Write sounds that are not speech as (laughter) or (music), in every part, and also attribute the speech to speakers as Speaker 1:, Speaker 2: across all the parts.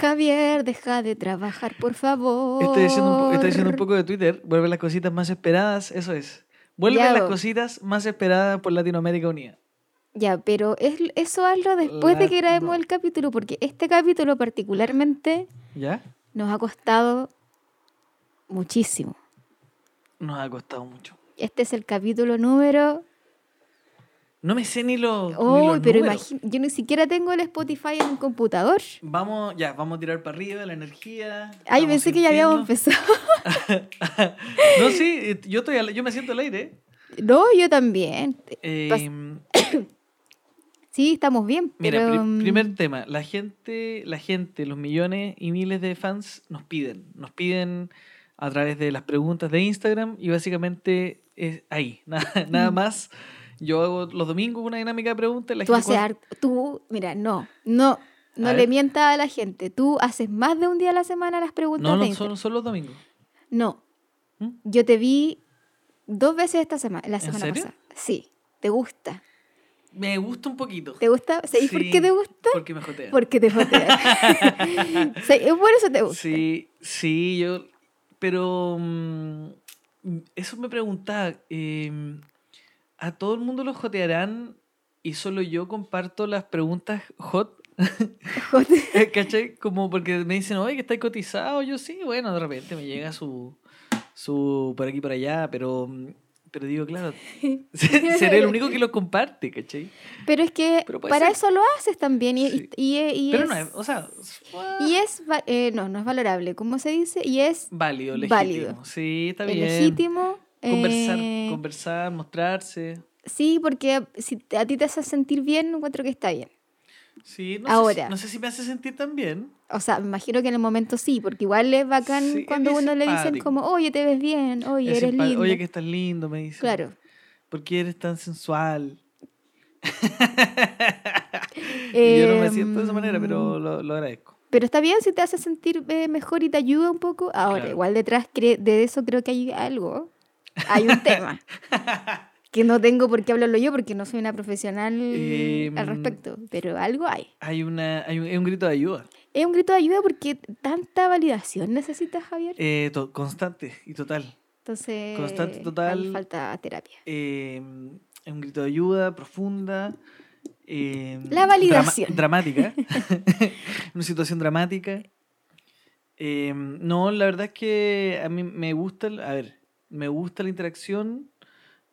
Speaker 1: Javier, deja de trabajar, por favor.
Speaker 2: Estoy diciendo, un po- estoy diciendo un poco de Twitter. Vuelven las cositas más esperadas, eso es. Vuelven
Speaker 1: Ya,
Speaker 2: las
Speaker 1: bo.
Speaker 2: cositas más esperadas por Latinoamérica Unida.
Speaker 1: Ya, pero es, eso hazlo después de que
Speaker 2: Lati-
Speaker 1: grabemos el capítulo, porque este capítulo particularmente
Speaker 2: ¿Ya?
Speaker 1: nos ha costado muchísimo.
Speaker 2: Nos ha costado mucho.
Speaker 1: Este es el capítulo número...
Speaker 2: No me sé ni los. ni
Speaker 1: Uy,
Speaker 2: los
Speaker 1: pero
Speaker 2: números.
Speaker 1: imagina, yo ni siquiera tengo el Spotify en el computador.
Speaker 2: Vamos, ya, vamos a tirar para arriba la energía.
Speaker 1: Ay,
Speaker 2: estamos
Speaker 1: pensé que ya habíamos
Speaker 2: sintiendo.
Speaker 1: empezado. (laughs)
Speaker 2: No, sí, eh, yo, estoy al- yo me siento al aire.
Speaker 1: No, yo también.
Speaker 2: Eh,
Speaker 1: Pas- Sí, estamos bien,
Speaker 2: mira,
Speaker 1: pero...
Speaker 2: pri-
Speaker 1: mm,
Speaker 2: primer tema. La gente, la gente, los millones y miles de fans nos piden. Nos piden a través de las preguntas de Instagram y básicamente es ahí, (laughs) nada, nada
Speaker 1: Mm.
Speaker 2: más. Yo hago los domingos una dinámica de preguntas. La
Speaker 1: Tú
Speaker 2: gente
Speaker 1: haces...
Speaker 2: cuan-
Speaker 1: hart- Tú, mira, no, no, no
Speaker 2: A
Speaker 1: le
Speaker 2: ver.
Speaker 1: mientas a la gente. Tú haces más de un día a la semana las preguntas
Speaker 2: No,
Speaker 1: de
Speaker 2: no
Speaker 1: Instagram.
Speaker 2: son, son los domingos.
Speaker 1: No.
Speaker 2: ¿Mm?
Speaker 1: Yo te vi dos veces esta semana, la semana
Speaker 2: serio?
Speaker 1: pasada. Sí, te gusta.
Speaker 2: Me gusta un poquito.
Speaker 1: ¿Te gusta? ¿Sabéis por qué
Speaker 2: Sí,
Speaker 1: te gusta?
Speaker 2: Porque me jotean.
Speaker 1: Porque te
Speaker 2: (laughs)
Speaker 1: jotean. Sí, es por eso te gusta.
Speaker 2: Sí, sí, yo. Pero. mm, eso me preguntaba. eh, ¿A todo el mundo lo jotearán y solo yo comparto las preguntas hot?
Speaker 1: (laughs)
Speaker 2: (laughs)
Speaker 1: Jote-
Speaker 2: ¿Cachai? Como porque me dicen, oye, que está cotizado. Yo sí, bueno, de repente me llega su. su por aquí por allá, pero. mm, Pero digo, claro, (laughs) se- seré
Speaker 1: (laughs)
Speaker 2: el único que lo comparte, ¿cachai?
Speaker 1: Pero es que
Speaker 2: Pero puede
Speaker 1: para
Speaker 2: ser.
Speaker 1: eso lo haces también. Y,
Speaker 2: Sí.
Speaker 1: y, y- y
Speaker 2: Pero
Speaker 1: es,
Speaker 2: no, es- o sea,
Speaker 1: y es va- eh, no, no es valorable. ¿Cómo se dice? Y es
Speaker 2: válido, legítimo.
Speaker 1: válido.
Speaker 2: Sí, está
Speaker 1: eh,
Speaker 2: bien.
Speaker 1: legítimo.
Speaker 2: Conversar,
Speaker 1: eh,
Speaker 2: conversar, mostrarse.
Speaker 1: sí, porque si te- a ti te hace sentir bien, encuentro que está bien.
Speaker 2: Sí, no, Sé,
Speaker 1: Ahora.
Speaker 2: si- no sé si me hace sentir tan bien.
Speaker 1: O sea, me imagino que en el momento sí, porque igual es bacán
Speaker 2: Sí, es
Speaker 1: cuando
Speaker 2: bien
Speaker 1: uno le dicen
Speaker 2: simpático.
Speaker 1: como, oye, te ves bien, oye,
Speaker 2: Es
Speaker 1: eres
Speaker 2: simpa-
Speaker 1: lindo.
Speaker 2: Oye, que estás lindo, me
Speaker 1: (laughs)
Speaker 2: dice.
Speaker 1: Claro.
Speaker 2: ¿Por qué eres tan sensual? Y yo no me siento de esa manera, pero
Speaker 1: Em,
Speaker 2: lo, lo agradezco.
Speaker 1: Pero está bien si te hace sentir eh, mejor y te ayuda un poco. Ahora,
Speaker 2: Claro.
Speaker 1: igual detrás cre- de eso creo que hay algo. Hay un
Speaker 2: (laughs)
Speaker 1: tema. que no tengo por qué hablarlo yo porque no soy una profesional al
Speaker 2: Em,
Speaker 1: respecto, pero algo hay.
Speaker 2: Hay, una, hay un, hay un grito de ayuda
Speaker 1: Es un grito de ayuda porque tanta validación necesitas, Javier.
Speaker 2: eh, to- constante y total.
Speaker 1: Entonces,
Speaker 2: constante,
Speaker 1: ahí
Speaker 2: total.
Speaker 1: falta terapia.
Speaker 2: Eh, es un grito de ayuda profunda. eh,
Speaker 1: La validación.
Speaker 2: drama-
Speaker 1: (laughs)
Speaker 2: dramática. (laughs) una situación dramática. Eh, no, la verdad es que a mí me gusta, el- a ver, me gusta la interacción.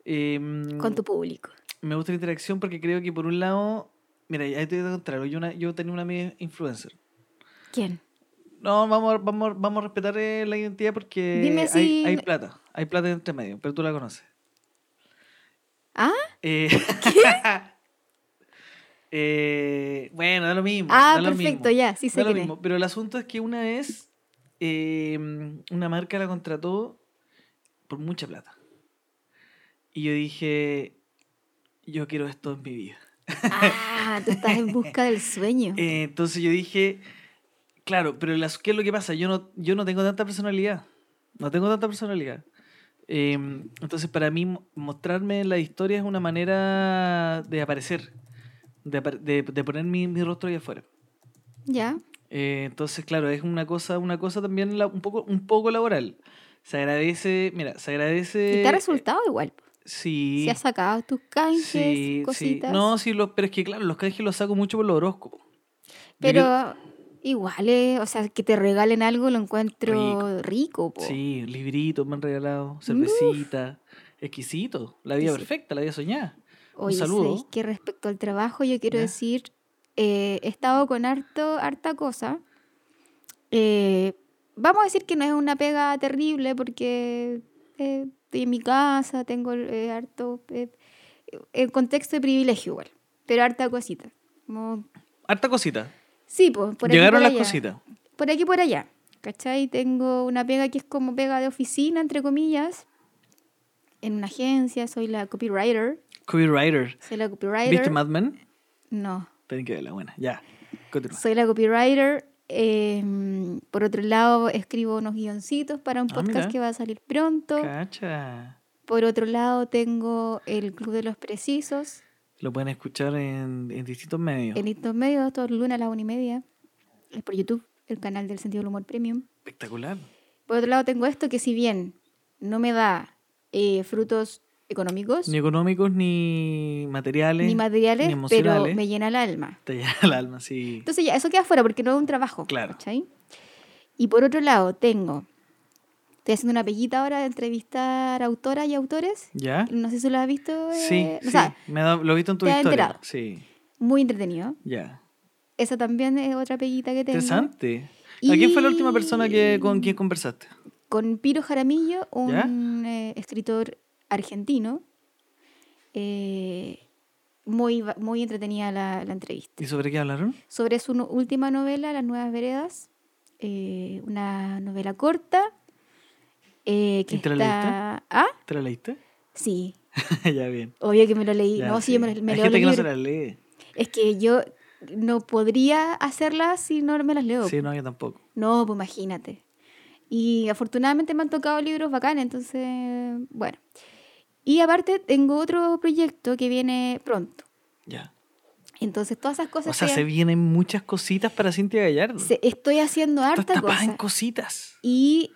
Speaker 2: eh,
Speaker 1: Con tu público.
Speaker 2: Me gusta la interacción porque creo que por un lado, mira, ahí te voy a contar, yo, una- yo tenía una amiga influencer.
Speaker 1: ¿Quién?
Speaker 2: No, vamos, a- vamos, a- vamos a respetar eh, la identidad porque
Speaker 1: Dime
Speaker 2: hay,
Speaker 1: si-
Speaker 2: hay plata, hay plata entre medio, pero tú la conoces.
Speaker 1: ¿Ah?
Speaker 2: Eh, (laughs) eh, bueno, da lo mismo.
Speaker 1: Ah,
Speaker 2: da lo
Speaker 1: perfecto,
Speaker 2: mismo.
Speaker 1: ya, sí sé
Speaker 2: Da lo
Speaker 1: quién es.
Speaker 2: mismo, Pero el asunto es que una vez eh, una marca la contrató por mucha plata. Y yo dije, yo quiero esto en mi vida.
Speaker 1: Ah, tú estás en busca del sueño.
Speaker 2: (laughs) Eh, entonces yo dije, claro, pero las- ¿qué es lo que pasa? Yo no, yo no tengo tanta personalidad. No tengo tanta personalidad. Eh, entonces para mí mo- mostrarme en la historia es una manera de aparecer, de, apar- de- de poner mi, mi rostro ahí afuera.
Speaker 1: Ya.
Speaker 2: Eh, entonces, claro, es una cosa, una cosa también la- un, poco, un poco laboral. Se agradece, mira, se agradece...
Speaker 1: y te ha resultado igual. po.
Speaker 2: eh, Sí.
Speaker 1: Si has sacado tus canjes,
Speaker 2: sí, sí.
Speaker 1: cositas.
Speaker 2: No, sí, lo- pero es que claro, los canjes los saco mucho por los horóscopos. Yo creo-
Speaker 1: pero igual, eh, o sea, que te regalen algo lo encuentro rico. po.
Speaker 2: Sí, libritos me han regalado, cervecita, exquisito, la vida
Speaker 1: Sí, sí.
Speaker 2: perfecta, la vida soñada.
Speaker 1: Oye,
Speaker 2: saludo.
Speaker 1: ¿sabéis que respecto al trabajo yo quiero
Speaker 2: Ya.
Speaker 1: decir, eh, he estado con harto, harta cosa. Eh, vamos a decir que no es una pega terrible porque eh, estoy en mi casa, tengo eh, harto, eh, en contexto de privilegio igual, pero harta cosita. Como-
Speaker 2: Harta cosita.
Speaker 1: sí, pues, por aquí,
Speaker 2: Llegaron
Speaker 1: por
Speaker 2: las
Speaker 1: allá.
Speaker 2: cositas.
Speaker 1: Por aquí, por allá. ¿Cachai? Tengo una pega que es como pega de oficina, entre comillas, en una agencia, soy la copywriter.
Speaker 2: Copywriter.
Speaker 1: Soy la copywriter.
Speaker 2: ¿Viste Mad Men?
Speaker 1: No,
Speaker 2: Tienen que verla, buena. Ya, continúa.
Speaker 1: soy la copywriter. em, por otro lado, escribo unos guioncitos para un
Speaker 2: Ah,
Speaker 1: podcast
Speaker 2: mira.
Speaker 1: que va a salir pronto.
Speaker 2: Cacha.
Speaker 1: Por otro lado, tengo el Club de los Precisos
Speaker 2: Lo pueden escuchar en, en distintos medios.
Speaker 1: en estos medios, todos los lunes a las una y media. Es por YouTube. el canal del sentido del humor premium.
Speaker 2: Espectacular.
Speaker 1: Por otro lado, tengo esto que si bien no me da eh, frutos económicos
Speaker 2: Ni económicos, ni materiales.
Speaker 1: ni materiales,
Speaker 2: ni
Speaker 1: pero
Speaker 2: emocionales.
Speaker 1: me llena el alma.
Speaker 2: (laughs) Te llena el alma, sí.
Speaker 1: Entonces ya, eso queda fuera porque no es un trabajo.
Speaker 2: Claro.
Speaker 1: ¿cachai? Y por otro lado, tengo, estoy haciendo una pellita ahora de entrevistar autoras y autores.
Speaker 2: ¿Ya?
Speaker 1: No sé si lo has visto.
Speaker 2: Sí,
Speaker 1: eh,
Speaker 2: sí.
Speaker 1: O sea,
Speaker 2: me da- lo he visto en tu
Speaker 1: te has
Speaker 2: historia.
Speaker 1: enterado.
Speaker 2: Sí,
Speaker 1: muy entretenido.
Speaker 2: ya.
Speaker 1: Esa también es otra pellita que tengo.
Speaker 2: Interesante.
Speaker 1: Y-
Speaker 2: ¿A quién fue la última persona que, con quien conversaste?
Speaker 1: Con Piro Jaramillo,
Speaker 2: ¿Ya?
Speaker 1: un eh, escritor argentino. Eh, muy, va- muy entretenida la, la entrevista.
Speaker 2: ¿Y sobre qué hablaron?
Speaker 1: sobre su nu- última novela, Las Nuevas Veredas, eh, una novela corta. eh, que
Speaker 2: ¿Y te la
Speaker 1: está... ¿Ah?
Speaker 2: ¿Te la leíste? (laughs)
Speaker 1: Sí,
Speaker 2: ya bien.
Speaker 1: obvio que me lo leí.
Speaker 2: Ya,
Speaker 1: no, sí, yo me,
Speaker 2: sí.
Speaker 1: me
Speaker 2: Hay
Speaker 1: leo los
Speaker 2: gente que no se
Speaker 1: libros.
Speaker 2: la lee.
Speaker 1: Es que yo no podría hacerlas si no me las leo.
Speaker 2: Sí,
Speaker 1: po.
Speaker 2: no, yo tampoco.
Speaker 1: No, pues imagínate. Y afortunadamente me han tocado libros bacanes, entonces, bueno. Y aparte tengo otro proyecto que viene pronto.
Speaker 2: Ya.
Speaker 1: Entonces todas esas cosas...
Speaker 2: O sea,
Speaker 1: que-
Speaker 2: se vienen muchas cositas para Cintia Gallardo.
Speaker 1: se- estoy haciendo
Speaker 2: Estás
Speaker 1: harta
Speaker 2: tapada
Speaker 1: cosa. (laughs)
Speaker 2: en cositas.
Speaker 1: Y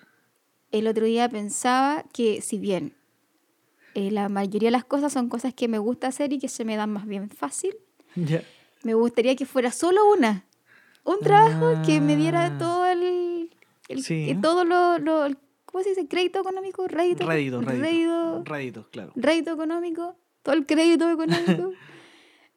Speaker 1: el otro día pensaba que si bien eh, la mayoría de las cosas son cosas que me gusta hacer y que se me dan más bien fácil,
Speaker 2: Ya.
Speaker 1: me gustaría que fuera solo una. Un trabajo que me diera
Speaker 2: Ah.
Speaker 1: todo el... el-
Speaker 2: Sí.
Speaker 1: eh, todo lo, lo- el- ¿Cómo se dice? Crédito económico, rédito.
Speaker 2: Rédito, rédito.
Speaker 1: rédito-
Speaker 2: Rédito, claro.
Speaker 1: rédito económico, todo el crédito
Speaker 2: (laughs)
Speaker 1: económico.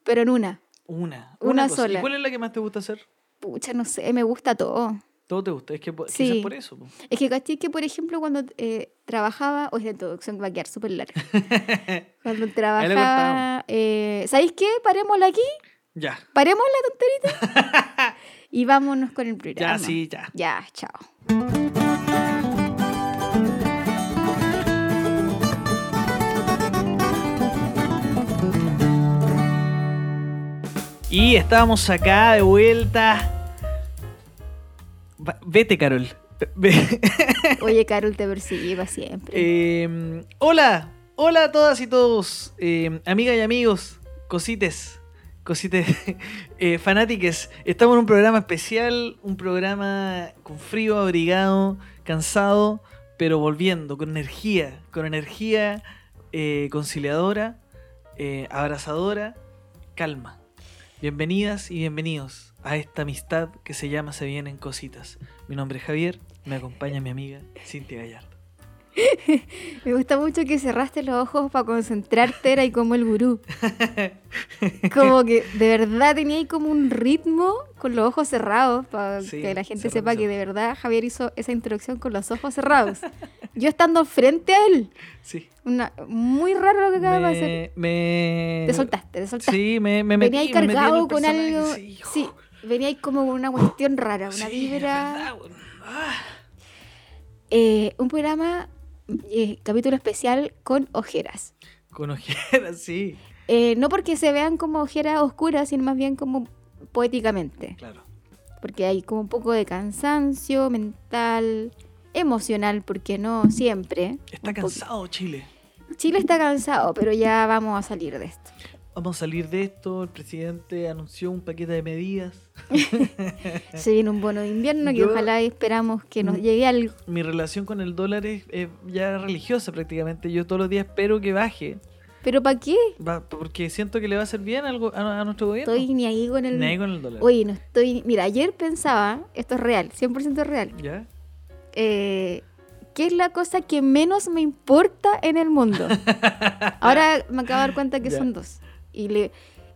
Speaker 1: pero en una.
Speaker 2: Una.
Speaker 1: Una
Speaker 2: cosa.
Speaker 1: sola.
Speaker 2: ¿Y cuál es la que más te gusta hacer?
Speaker 1: Pucha, no sé, me gusta todo.
Speaker 2: Todo te gusta. Es que po-
Speaker 1: Sí.
Speaker 2: quizás por eso. po.
Speaker 1: Es que caché que, por ejemplo, cuando eh, trabajaba, hoy la introducción va a quedar súper larga.
Speaker 2: (laughs)
Speaker 1: Cuando trabajaba, eh, ¿sabéis qué? Parémosla aquí,
Speaker 2: Ya.
Speaker 1: paremos la tonterita
Speaker 2: (laughs)
Speaker 1: y vámonos con el programa.
Speaker 2: Ya, sí, ya.
Speaker 1: Ya, chao.
Speaker 2: Y estamos acá de vuelta. Va- vete, Carol. Ve-
Speaker 1: Oye, Carol te persigue para siempre.
Speaker 2: Eh, hola, hola a todas y todos, eh, amigas y amigos, cosites, cosites, (laughs) eh, fanátiques. Estamos en un programa especial, un programa con frío, abrigado, cansado, pero volviendo, con energía, con energía eh, conciliadora, eh, abrazadora, calma. Bienvenidas y bienvenidos a esta amistad que se llama Se Vienen Cositas. Mi nombre es Javier, me acompaña mi amiga Cintia Gallardo.
Speaker 1: Me gusta mucho que cerraste los ojos para concentrarte, era ahí como el
Speaker 2: (laughs)
Speaker 1: gurú. Como que de verdad tenía ahí como un ritmo con los ojos cerrados para
Speaker 2: Sí,
Speaker 1: que la gente
Speaker 2: cerrado,
Speaker 1: sepa que
Speaker 2: cerrado.
Speaker 1: de verdad Javier hizo esa introducción con los ojos cerrados. Yo estando frente a él.
Speaker 2: Sí.
Speaker 1: Una, muy raro lo que acabas de hacer.
Speaker 2: Me, me-
Speaker 1: Te soltaste, te soltaste.
Speaker 2: Sí, me, me metí.
Speaker 1: venía ahí
Speaker 2: me metí en
Speaker 1: cargado
Speaker 2: el
Speaker 1: con
Speaker 2: personaje,
Speaker 1: algo.
Speaker 2: Sí,
Speaker 1: Sí,
Speaker 2: hijo.
Speaker 1: venía ahí como con una cuestión rara, una
Speaker 2: Sí, es
Speaker 1: vibra.
Speaker 2: verdad, weón. Ah,
Speaker 1: Eh, un programa, eh, capítulo especial con ojeras.
Speaker 2: con ojeras, (laughs) sí.
Speaker 1: Eh, no porque se vean como ojeras oscuras, sino más bien como poéticamente.
Speaker 2: Claro.
Speaker 1: Porque hay como un poco de cansancio mental, emocional, porque no siempre.
Speaker 2: Está
Speaker 1: Un po-
Speaker 2: cansado Chile.
Speaker 1: Chile está cansado, pero ya vamos a salir de esto.
Speaker 2: Vamos a salir de esto. El presidente anunció un paquete de medidas.
Speaker 1: Se viene un bono de invierno que
Speaker 2: Yo- Mm.
Speaker 1: ojalá y esperamos que nos llegue algo.
Speaker 2: Mi relación con el dólar es, es ya religiosa prácticamente. Yo todos los días espero que baje.
Speaker 1: ¿Pero para qué?
Speaker 2: Va- porque siento que le va a hacer bien algo a, a nuestro gobierno.
Speaker 1: Estoy ni ahí con el...
Speaker 2: Ni ahí con el dólar.
Speaker 1: Oye, no estoy... Mira, ayer pensaba, esto es real, 100% real,
Speaker 2: ¿Ya?
Speaker 1: eh, ¿qué es la cosa que menos me importa en el
Speaker 2: (laughs)
Speaker 1: mundo? Ahora me acabo de dar cuenta que
Speaker 2: Ya.
Speaker 1: son dos. Y, le,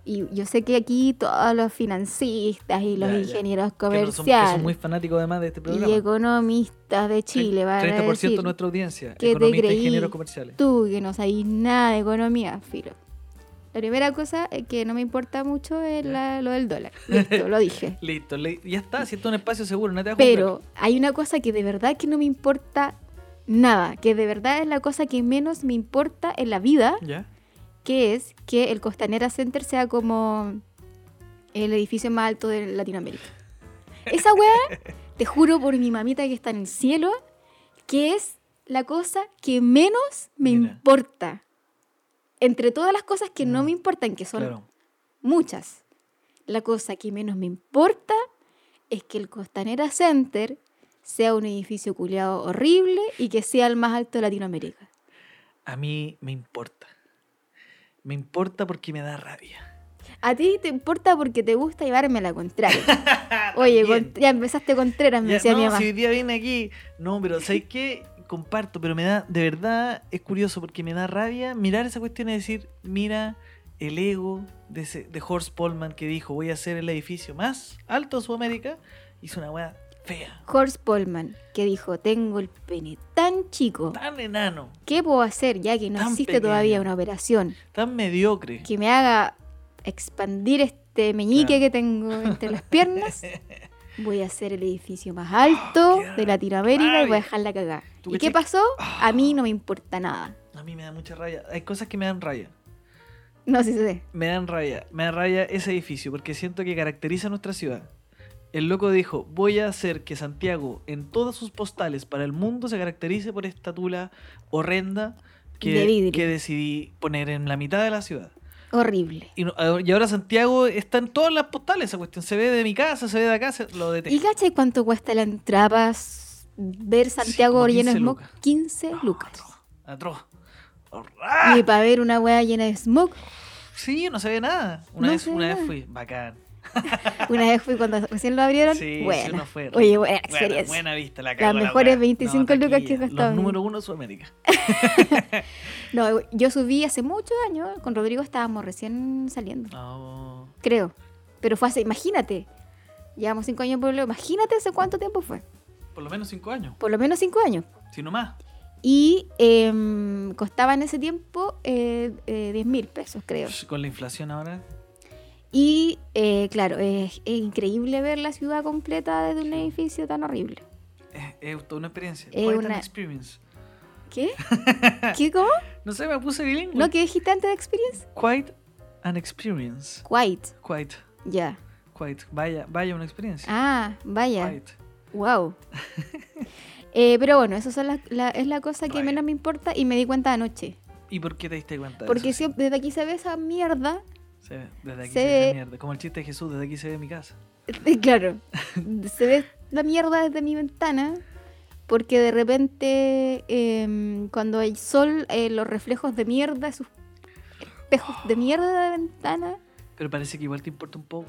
Speaker 1: y yo sé que aquí todos los financistas y los
Speaker 2: Ya, ya.
Speaker 1: ingenieros
Speaker 2: Que, no son, que son muy
Speaker 1: comerciales
Speaker 2: fanáticos además de este programa.
Speaker 1: y economistas de Chile van a
Speaker 2: 30%
Speaker 1: decir,
Speaker 2: de nuestra audiencia,
Speaker 1: que te
Speaker 2: economistas e
Speaker 1: creí.
Speaker 2: ingenieros comerciales.
Speaker 1: tú que no sabes nada de economía, filo. La primera cosa es que no me importa mucho es
Speaker 2: Ya.
Speaker 1: la- lo del dólar. Listo, lo dije.
Speaker 2: Listo, le- ya está, siento un espacio seguro, no te vas a
Speaker 1: Pero hay una cosa que de verdad que no me importa nada, que de verdad es la cosa que menos me importa en la vida,
Speaker 2: juntar. ¿Ya?
Speaker 1: que es que el Costanera Center sea como el edificio más alto de Latinoamérica. Esa weá, te juro por mi mamita que está en el cielo, que es la cosa que menos me
Speaker 2: Mira.
Speaker 1: importa. Entre todas las cosas que no
Speaker 2: Mm,
Speaker 1: me importan, que son
Speaker 2: Claro.
Speaker 1: muchas. La cosa que menos me importa es que el Costanera Center sea un edificio culiado horrible y que sea el más alto de Latinoamérica.
Speaker 2: A mí me importa. Me importa porque me da rabia.
Speaker 1: A ti te importa porque te gusta llevarme la contraria. Oye,
Speaker 2: (laughs) También.
Speaker 1: Cont- ya empezaste Contreras, me
Speaker 2: Ya,
Speaker 1: decía mi
Speaker 2: no,
Speaker 1: mamá.
Speaker 2: si hoy día viene aquí. No, pero ¿sabes qué? Comparto, pero me da, de verdad, es curioso porque me da rabia mirar esa cuestión y decir, mira el ego de, ese- de Horst Polman que dijo, voy a hacer el edificio más alto de Sudamérica. Hizo una weá fea,
Speaker 1: Horst Polman, que dijo, tengo el pene tan chico,
Speaker 2: tan enano,
Speaker 1: ¿qué puedo hacer ya que no
Speaker 2: Tan
Speaker 1: existe
Speaker 2: pequeño.
Speaker 1: todavía una operación
Speaker 2: tan mediocre.
Speaker 1: que me haga expandir este meñique
Speaker 2: Claro.
Speaker 1: que tengo entre las piernas?
Speaker 2: (laughs)
Speaker 1: Voy a hacer el edificio más alto
Speaker 2: Oh, qué
Speaker 1: de Latinoamérica y voy
Speaker 2: rabia.
Speaker 1: a dejarla cagar.
Speaker 2: ¿Tú
Speaker 1: ¿Y qué
Speaker 2: cachai?
Speaker 1: pasó? A mí no me importa nada.
Speaker 2: A mí me da mucha rabia. Hay cosas que me dan rabia.
Speaker 1: No sé si sé.
Speaker 2: Me dan rabia, me da rabia ese edificio porque siento que caracteriza a nuestra ciudad. El loco dijo, voy a hacer que Santiago en todas sus postales para el mundo se caracterice por esta tula horrenda
Speaker 1: De
Speaker 2: que,
Speaker 1: vidrio.
Speaker 2: que decidí poner en la mitad de la ciudad.
Speaker 1: Horrible.
Speaker 2: Y, no- ahora- y ahora Santiago está en todas las postales, esa cuestión se ve de mi casa, se ve de acá, se- lo
Speaker 1: ¿Y
Speaker 2: detesto.
Speaker 1: cachai cuánto cuesta la entrada para s- ver Santiago
Speaker 2: como
Speaker 1: lleno de
Speaker 2: 15
Speaker 1: smog?
Speaker 2: lucas.
Speaker 1: 15
Speaker 2: Ah, No, Ah.
Speaker 1: lucas.
Speaker 2: Atroz. ¡Horra!
Speaker 1: Y para ver una wea llena de smog,
Speaker 2: Sí, no se ve nada. Una,
Speaker 1: No
Speaker 2: vez,
Speaker 1: se ve
Speaker 2: una vez
Speaker 1: nada.
Speaker 2: fui, bacán.
Speaker 1: una vez fui cuando recién lo abrieron,
Speaker 2: Sí, sí,
Speaker 1: buena.
Speaker 2: uno fue rico.
Speaker 1: Oye, buena
Speaker 2: Buena-
Speaker 1: experiencia.
Speaker 2: buena vista, la cagó la
Speaker 1: mejores
Speaker 2: weá.
Speaker 1: 25 lucas
Speaker 2: taquilla,
Speaker 1: que he gastado en-
Speaker 2: Los número uno de Sudamérica.
Speaker 1: No, yo subí hace muchos años, con Rodrigo estábamos recién saliendo,
Speaker 2: Oh,
Speaker 1: creo. Pero fue hace, imagínate, llevamos 5 años en Pueblo, imagínate hace cuánto tiempo fue.
Speaker 2: por lo menos cinco años,
Speaker 1: Por lo menos 5 años.
Speaker 2: si no más.
Speaker 1: Y em, costaba en ese tiempo eh, eh, 10 mil pesos, creo.
Speaker 2: Psh, Con la inflación ahora.
Speaker 1: Y eh, claro, es, es increíble ver la ciudad completa desde un edificio tan horrible.
Speaker 2: Es, es toda una experiencia.
Speaker 1: Es
Speaker 2: Quite an
Speaker 1: una-
Speaker 2: experience.
Speaker 1: ¿Qué? ¿Qué cómo?
Speaker 2: No sé, me puse bilingüe.
Speaker 1: ¿No que dijiste antes de Experience?
Speaker 2: Quite an experience.
Speaker 1: Quite,
Speaker 2: Quite,
Speaker 1: ya.
Speaker 2: quite. Vaya, vaya una experiencia.
Speaker 1: Ah, vaya.
Speaker 2: Quite.
Speaker 1: Wow. Eh, pero bueno, eso son las- la- es la cosa que
Speaker 2: Vaya.
Speaker 1: menos me importa y me di cuenta anoche.
Speaker 2: ¿Y por qué te diste cuenta de
Speaker 1: Porque
Speaker 2: eso?
Speaker 1: si desde aquí se ve esa mierda,
Speaker 2: Se ve, desde aquí
Speaker 1: se
Speaker 2: se, ve
Speaker 1: ve-
Speaker 2: esa mierda. Como el chiste de Jesús, desde aquí se ve mi casa.
Speaker 1: eh, (laughs) claro, se ve la mierda desde mi ventana. Porque de repente, em, cuando hay sol, eh, los reflejos de mierda, esos espejos de mierda de ventana.
Speaker 2: Pero parece que igual te importa un poco.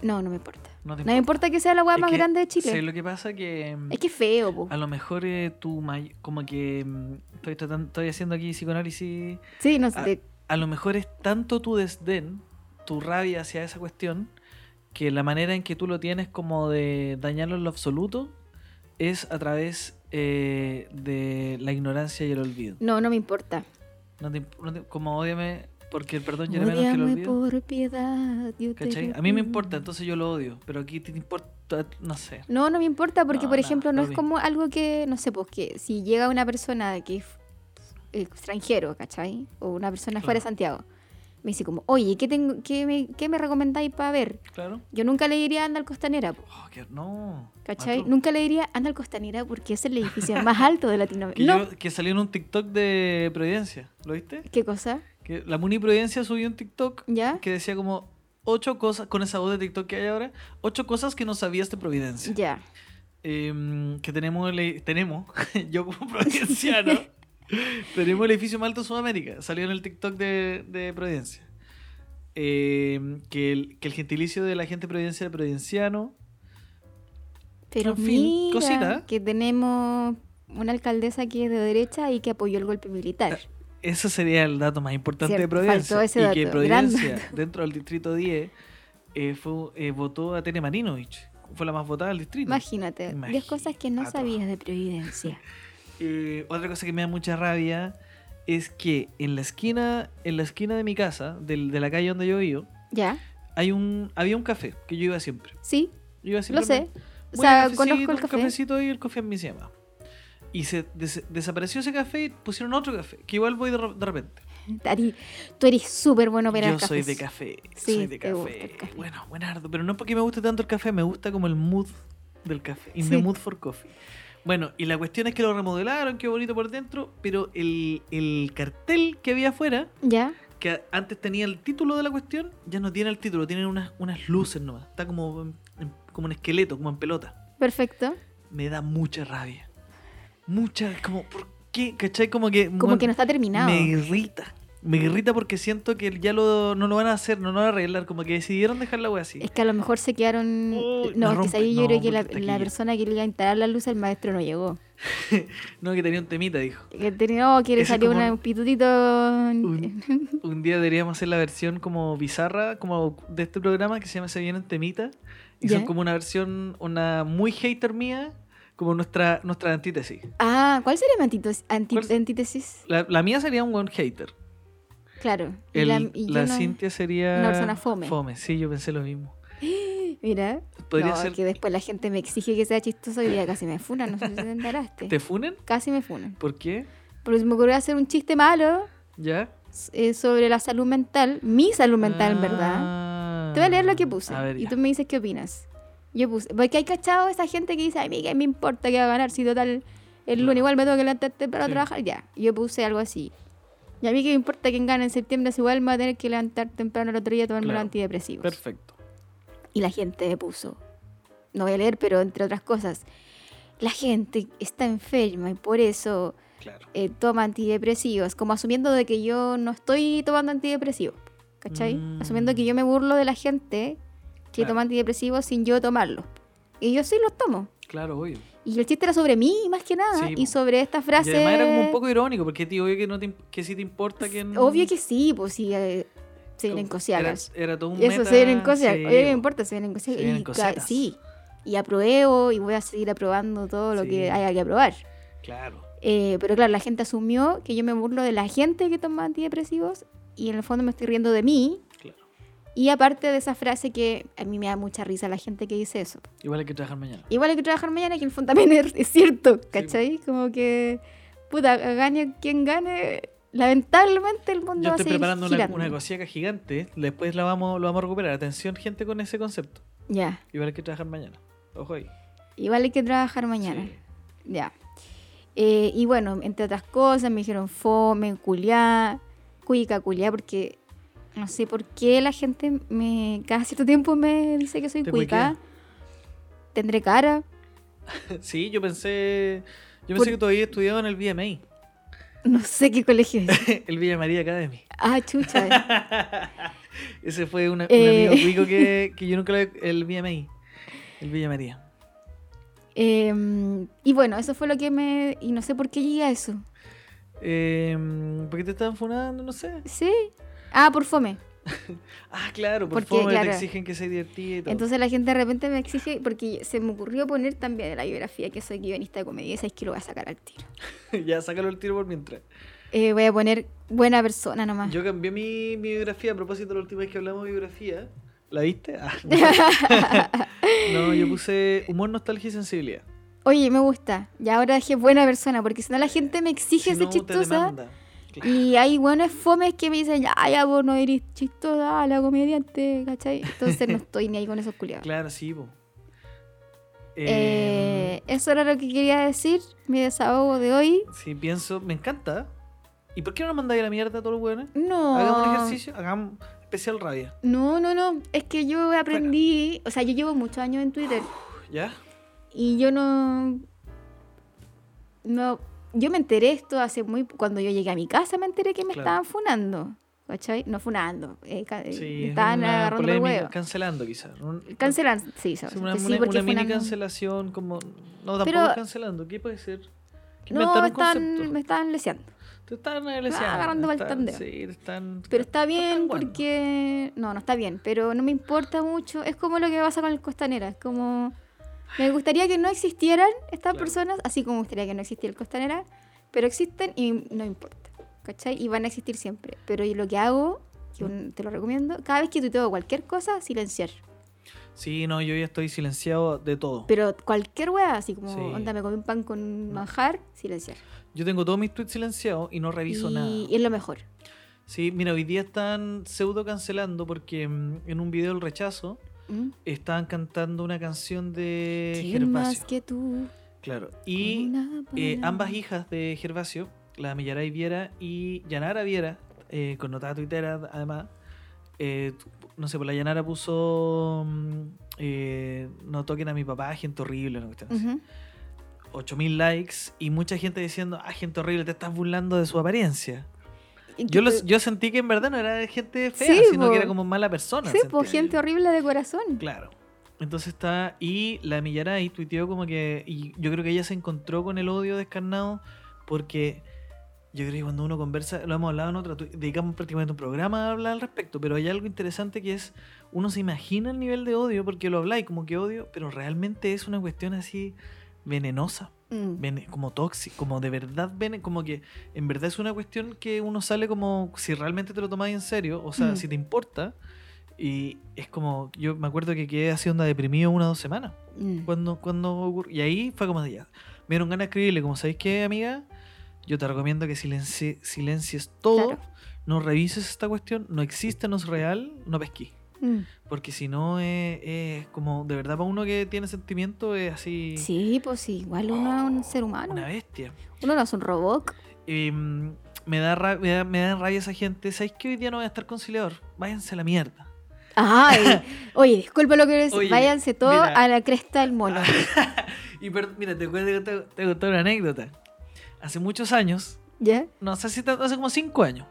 Speaker 1: No, no me importa.
Speaker 2: No te
Speaker 1: No me importa que sea la weá
Speaker 2: Es
Speaker 1: más
Speaker 2: que,
Speaker 1: grande de Chile.
Speaker 2: ¿sabes lo que pasa? Que. mm,
Speaker 1: Es que es feo, po.
Speaker 2: A lo mejor eh, tu may- como que mm, estoy tratando, estoy haciendo aquí psicoanálisis.
Speaker 1: Sí, no sé.
Speaker 2: Ah.
Speaker 1: te-
Speaker 2: A lo mejor es tanto tu desdén, tu rabia hacia esa cuestión, que la manera en que tú lo tienes como de dañarlo en lo absoluto es a través eh, de la ignorancia y el olvido.
Speaker 1: No, no me importa.
Speaker 2: No te imp- no te- como ódiame porque el perdón ya menos que el
Speaker 1: Ódiame
Speaker 2: olvido.
Speaker 1: por piedad. yo te
Speaker 2: ¿Cachai?
Speaker 1: lo
Speaker 2: A mí me
Speaker 1: pido.
Speaker 2: importa, entonces yo lo odio, pero aquí te importa, no sé.
Speaker 1: No, no me importa porque,
Speaker 2: No,
Speaker 1: por
Speaker 2: nada,
Speaker 1: ejemplo, no
Speaker 2: lo
Speaker 1: es
Speaker 2: vi.
Speaker 1: como algo que, no sé, pues que si llega una persona que es extranjero, ¿cachai? O una persona fuera de
Speaker 2: Claro.
Speaker 1: Santiago, me dice como, oye, ¿qué, tengo, qué, me, qué me recomendáis para ver?
Speaker 2: Claro.
Speaker 1: Yo nunca le diría anda al Costanera, po,
Speaker 2: Oh, qué- no.
Speaker 1: ¿cachai?
Speaker 2: Mató.
Speaker 1: Nunca le diría anda al Costanera porque es el
Speaker 2: (laughs)
Speaker 1: edificio más alto de
Speaker 2: Que,
Speaker 1: Latinoamérica. No.
Speaker 2: yo- que salió en un TikTok de Providencia, ¿lo viste?
Speaker 1: ¿Qué cosa?
Speaker 2: Que la Muni Providencia subió un TikTok
Speaker 1: ¿Ya?
Speaker 2: que decía como ocho cosas, con esa voz de TikTok que hay ahora, ocho cosas que no sabías de Providencia.
Speaker 1: Ya.
Speaker 2: Em, que tenemos, el- tenemos, (laughs)
Speaker 1: (laughs)
Speaker 2: yo como providenciano, tenemos el edificio más alto de Sudamérica. Salió en el TikTok de, de Providencia. Em, que, el, que el gentilicio de la gente de providencia era providenciano.
Speaker 1: Pero
Speaker 2: En fin,
Speaker 1: mira
Speaker 2: cosita.
Speaker 1: que tenemos una alcaldesa que es de derecha y que apoyó el golpe militar.
Speaker 2: Ah, Ese sería el dato más importante de
Speaker 1: Cierto,
Speaker 2: Providencia.
Speaker 1: faltó ese
Speaker 2: y
Speaker 1: dato,
Speaker 2: que
Speaker 1: gran
Speaker 2: Providencia,
Speaker 1: (laughs)
Speaker 2: dentro del distrito 10, eh, fue, eh, votó a Tere Marinovich. Fue la más votada del distrito.
Speaker 1: Imagínate, 10 cosas que no
Speaker 2: Imagínate.
Speaker 1: sabías de Providencia.
Speaker 2: Eh, otra cosa que me da mucha rabia es que en la esquina, en la esquina de mi casa, del- de la calle donde yo vivo,
Speaker 1: ¿Ya?
Speaker 2: hay un, había un café que yo iba siempre.
Speaker 1: Sí,
Speaker 2: Yo iba siempre
Speaker 1: lo sé. O
Speaker 2: Voy al
Speaker 1: sea,
Speaker 2: cafecito,
Speaker 1: conozco el
Speaker 2: un
Speaker 1: café.
Speaker 2: cafecito y el coffee en mi se llama. Y se des- desapareció ese café y pusieron otro café, que igual voy de, re- de repente.
Speaker 1: A ti- tú eres súper bueno para
Speaker 2: Yo soy de café,
Speaker 1: Sí,
Speaker 2: soy de
Speaker 1: te gusta el
Speaker 2: café.
Speaker 1: café.
Speaker 2: Bueno, buenardo, pero no porque me guste tanto el café, me gusta como el mood del café. In the
Speaker 1: Sí.
Speaker 2: mood for coffee. Bueno, y la cuestión es que lo remodelaron, qué bonito por dentro, pero el, el cartel que había afuera,
Speaker 1: ¿Ya?
Speaker 2: que a- antes tenía el título de la cuestión, ya no tiene el título, tienen unas, unas luces nomás. Está como en, en como un esqueleto, como en pelota.
Speaker 1: Perfecto.
Speaker 2: Me da mucha rabia. Mucha, como, ¿por qué? ¿Cachai? Como que.
Speaker 1: Como que no está terminado.
Speaker 2: Me irrita. Me irrita porque siento que ya lo, no lo van a hacer, no lo van a arreglar. Como que decidieron dejar la wea así.
Speaker 1: Es que a lo mejor se quedaron.
Speaker 2: Uy, me
Speaker 1: no, es que
Speaker 2: rompe.
Speaker 1: ahí yo
Speaker 2: No,
Speaker 1: creo que la,
Speaker 2: porque está
Speaker 1: la
Speaker 2: aquí.
Speaker 1: persona que le iba a instalar la luz al maestro no llegó.
Speaker 2: No, que tenía un temita, dijo.
Speaker 1: Que tenía, oh, quiere
Speaker 2: Ese
Speaker 1: salir
Speaker 2: como-
Speaker 1: un pitutito.
Speaker 2: Un, un día deberíamos hacer la versión como bizarra, como de este programa que se llama Se vienen temitas. Y son
Speaker 1: Ya.
Speaker 2: como una versión, una muy hater mía, como nuestra, nuestra antítesis.
Speaker 1: Ah, ¿cuál sería mi antítesis? anti-
Speaker 2: ¿Cuál es?
Speaker 1: antítesis?
Speaker 2: La, la mía sería un buen hater.
Speaker 1: Claro. Y
Speaker 2: El- la
Speaker 1: la- y yo no-
Speaker 2: Cintia sería.
Speaker 1: una persona fome.
Speaker 2: Fome, sí, yo pensé lo mismo.
Speaker 1: Mira.
Speaker 2: Podría
Speaker 1: no,
Speaker 2: ser.
Speaker 1: que después la gente me exige que sea chistoso y ya casi me funan, no sé si te enteraste.
Speaker 2: (laughs) ¿Te funen?
Speaker 1: Casi me funan.
Speaker 2: ¿Por qué?
Speaker 1: Porque se me ocurrió hacer un chiste malo
Speaker 2: ¿Ya?
Speaker 1: eh, sobre la salud mental, mi salud mental en verdad. Te voy a leer lo que puse
Speaker 2: Ah. A ver,
Speaker 1: y
Speaker 2: ya.
Speaker 1: tú me dices qué opinas. Yo puse, porque hay cachado esa gente que dice, ay, mira, me importa que va a ganar, si total el lunes igual me tengo que levantar temprano
Speaker 2: Sí.
Speaker 1: a trabajar, ya. Yo puse algo así. Y a mí que me importa quién gana en septiembre, si igual me voy a tener que levantar temprano el otro día a tomarme
Speaker 2: Claro.
Speaker 1: los antidepresivos.
Speaker 2: Perfecto.
Speaker 1: Y la gente me puso, no voy a leer, pero entre otras cosas, la gente está enferma y por eso
Speaker 2: Claro.
Speaker 1: eh, toma antidepresivos, como asumiendo de que yo no estoy tomando antidepresivos, ¿cachai?
Speaker 2: Mm.
Speaker 1: Asumiendo que yo me burlo de la gente que
Speaker 2: Claro.
Speaker 1: toma antidepresivos sin yo tomarlos. Y yo sí los tomo.
Speaker 2: Claro, obvio.
Speaker 1: Y el chiste era sobre mí, más que nada,
Speaker 2: Sí, po.
Speaker 1: y sobre esta frase...
Speaker 2: Y además era como un poco irónico, porque tío, obvio que, no te, imp- que sí te importa que... no-
Speaker 1: Obvio que sí, pues sí, eh, se vienen
Speaker 2: como-
Speaker 1: cosiagas.
Speaker 2: Era, era todo un
Speaker 1: Y eso,
Speaker 2: meta,
Speaker 1: se vienen cosas.
Speaker 2: sí,
Speaker 1: Oye, que me
Speaker 2: po.
Speaker 1: importa, se vienen cosas.
Speaker 2: Se vienen
Speaker 1: y ca-
Speaker 2: cosetas.
Speaker 1: sí, y apruebo y voy a seguir aprobando todo lo
Speaker 2: Sí.
Speaker 1: que haya que aprobar.
Speaker 2: Claro.
Speaker 1: Eh, pero claro, la gente asumió que yo me burlo de la gente que toma antidepresivos y en el fondo me estoy riendo de mí.
Speaker 2: Claro.
Speaker 1: Y aparte de esa frase que a mí me da mucha risa la gente que dice eso.
Speaker 2: Igual hay que trabajar mañana.
Speaker 1: Igual hay que trabajar mañana, que en el fondo también es, es cierto, ¿cachai? Como que, puta, gane quien gane, lamentablemente el mundo
Speaker 2: Yo
Speaker 1: va a
Speaker 2: estoy
Speaker 1: seguir
Speaker 2: preparando una,
Speaker 1: girando.
Speaker 2: una cosiaca gigante. Después la vamos, lo vamos a recuperar. Atención, gente, con ese concepto.
Speaker 1: Ya,
Speaker 2: Igual hay que trabajar mañana. Ojo ahí.
Speaker 1: igual hay que trabajar mañana.
Speaker 2: Sí. (laughs)
Speaker 1: Ya. Eh, y bueno, entre otras cosas, me dijeron fome, culiá, cuica, culiá, porque no sé por qué la gente me cada cierto tiempo me dice que soy
Speaker 2: Te
Speaker 1: cuica.
Speaker 2: cuiquea.
Speaker 1: Tendré cara. (laughs)
Speaker 2: Sí, yo pensé. Yo
Speaker 1: Por-
Speaker 2: pensé que todavía estudiaba en el VMA,
Speaker 1: No sé qué colegio es.
Speaker 2: (laughs) el Villa María Academy.
Speaker 1: Ah, chucha.
Speaker 2: Ese fue una-
Speaker 1: Eh.
Speaker 2: un amigo rico que,
Speaker 1: (laughs)
Speaker 2: que yo nunca lo El VMA. El Villa María.
Speaker 1: Eh, y bueno, eso fue lo que me. Y no sé por qué llegué a eso.
Speaker 2: Eh, ¿Por qué te estaban funando? No sé.
Speaker 1: ¿Sí? Ah, por fome.
Speaker 2: Ah, claro, por
Speaker 1: Porque,
Speaker 2: favor,
Speaker 1: claro.
Speaker 2: te exigen que seas divertida y todo.
Speaker 1: Entonces la gente de repente me exige, porque se me ocurrió poner también en la biografía que soy guionista de comedia y sabéis que lo voy a sacar al tiro.
Speaker 2: (laughs) ya, sácalo el tiro por mientras.
Speaker 1: Eh, voy a poner buena persona nomás.
Speaker 2: Yo cambié mi, mi biografía a propósito de la última vez que hablamos de biografía. ¿La viste?
Speaker 1: (laughs)
Speaker 2: Ah, no. No, yo puse humor, nostalgia y sensibilidad.
Speaker 1: Oye, me gusta. Y ahora dejé buena persona, porque si no la gente me exige
Speaker 2: Eh, Si
Speaker 1: ser
Speaker 2: no, te
Speaker 1: chistosa.
Speaker 2: demanda. Claro.
Speaker 1: Y hay buenos fomes que me dicen, ya, ya, vos no eres chistosa, ah, la comediante, ¿cachai? Entonces no estoy ni ahí con esos culiados.
Speaker 2: Claro, sí, po. Em,
Speaker 1: Eh, eso era lo que quería decir, mi desahogo de hoy.
Speaker 2: Sí, pienso, me encanta. ¿Y por qué no nos mandáis a la mierda a todos los hueones?
Speaker 1: No.
Speaker 2: Hagamos un ejercicio, hagamos especial rabia.
Speaker 1: No, no, no. Es que yo aprendí, o sea, yo llevo muchos años en Twitter
Speaker 2: ¿Ya?
Speaker 1: y yo no... No, yo me enteré esto hace muy... Cuando yo llegué a mi casa me enteré que me
Speaker 2: Claro.
Speaker 1: estaban funando. ¿Cachai? No funando. eh, ca- eh,
Speaker 2: Sí,
Speaker 1: me
Speaker 2: es
Speaker 1: estaban
Speaker 2: una
Speaker 1: agarrando el
Speaker 2: polémica,
Speaker 1: huevo.
Speaker 2: cancelando quizás.
Speaker 1: Cancelan, sí,
Speaker 2: Sí,
Speaker 1: sabes,
Speaker 2: una,
Speaker 1: que sí,
Speaker 2: una-
Speaker 1: porque
Speaker 2: una mini
Speaker 1: funando.
Speaker 2: cancelación como... No, tampoco
Speaker 1: Pero-
Speaker 2: cancelando, ¿qué puede ser? Que
Speaker 1: No,
Speaker 2: inventaron
Speaker 1: me
Speaker 2: un
Speaker 1: estaban, me
Speaker 2: concepto.
Speaker 1: estaban leseando.
Speaker 2: Te están leseando,
Speaker 1: agarrando pa'l
Speaker 2: están-
Speaker 1: tandeo.
Speaker 2: Sí, te están...
Speaker 1: Pero está bien
Speaker 2: tan bueno.
Speaker 1: porque... No, no está bien, pero no me importa mucho. Es como lo que pasa con el Costanera. Es como... Me gustaría que no existieran estas
Speaker 2: Claro.
Speaker 1: personas, así como me gustaría que no existiera el Costanera, pero existen y no me importa. ¿Cachai? Y van a existir siempre. Pero y lo que hago, que un- te lo recomiendo, cada vez que tuteo cualquier cosa, silenciar.
Speaker 2: Sí, no, yo ya estoy silenciado de todo.
Speaker 1: Pero cualquier wea, así como,
Speaker 2: Sí.
Speaker 1: onda, me comí un pan con manjar, silenciar.
Speaker 2: Yo tengo todos mis tweets silenciados y no reviso
Speaker 1: y,
Speaker 2: nada.
Speaker 1: y es lo mejor.
Speaker 2: Sí, mira, hoy día están pseudo cancelando porque mm, en un video del rechazo
Speaker 1: ¿Mm?
Speaker 2: estaban cantando una canción de
Speaker 1: ¿Quién más
Speaker 2: Eh, Gervasio.
Speaker 1: que tú?
Speaker 2: Claro. Y
Speaker 1: Una
Speaker 2: eh,
Speaker 1: palabra.
Speaker 2: ambas hijas de Gervasio, la Millaray Viera y Yanara Viera, eh, connotada tuitera además, eh, tu- no sé, pues la Yanara puso mm, eh, no toquen a mi papá, gente horrible, una cuestión así.
Speaker 1: Ujú.
Speaker 2: 8000 likes y mucha gente diciendo, ah, gente horrible, te estás burlando de su apariencia.
Speaker 1: Y
Speaker 2: Yo,
Speaker 1: que-
Speaker 2: los- yo sentí que en verdad no era gente fea,
Speaker 1: Sí,
Speaker 2: sino
Speaker 1: po.
Speaker 2: que era como mala persona.
Speaker 1: Sí,
Speaker 2: sentí.
Speaker 1: pues gente horrible de corazón.
Speaker 2: Claro. Entonces está. Y la Millaray tuiteó como que. Y yo creo que ella se encontró con el odio descarnado. Porque yo creo que cuando uno conversa. Lo hemos hablado en otra. tu- Dedicamos prácticamente un programa a hablar al respecto. Pero hay algo interesante que es. Uno se imagina el nivel de odio porque lo habláis como que odio. Pero realmente es una cuestión así venenosa.
Speaker 1: Mm.
Speaker 2: vene- como tóxica. Como de verdad. vene- como que en verdad es una cuestión que uno sale como. Si realmente te lo tomáis en serio. O sea,
Speaker 1: Mm.
Speaker 2: si te importa. Y es como, yo me acuerdo que quedé así onda deprimido una o dos semanas.
Speaker 1: Mm.
Speaker 2: Cuando, cuando ocurr- Y ahí fue como de ya. Me dieron ganas de escribirle, como sabéis qué, amiga, yo te recomiendo que silencie- silencies todo,
Speaker 1: Claro.
Speaker 2: no revises esta cuestión, no existe, no es real, no pesquí.
Speaker 1: Mm.
Speaker 2: Porque si no, es, es como, de verdad, para uno que tiene sentimiento, es así
Speaker 1: Sí, pues sí, igual uno es un ser humano.
Speaker 2: una bestia.
Speaker 1: Uno no es un robot.
Speaker 2: Em, me, da ra- me, da, me da rabia esa gente. ¿Sabéis que hoy día no voy a estar conciliador? Váyanse a la mierda.
Speaker 1: Ay,
Speaker 2: (laughs)
Speaker 1: oye, disculpa lo que eres.
Speaker 2: Oye,
Speaker 1: Váyanse todos
Speaker 2: mira. Ah.
Speaker 1: a la cresta del mono.
Speaker 2: y per- mira, te cuento, te, te conté una anécdota. Hace muchos años,
Speaker 1: ¿Ya?
Speaker 2: no sé si tanto, hace como cinco años.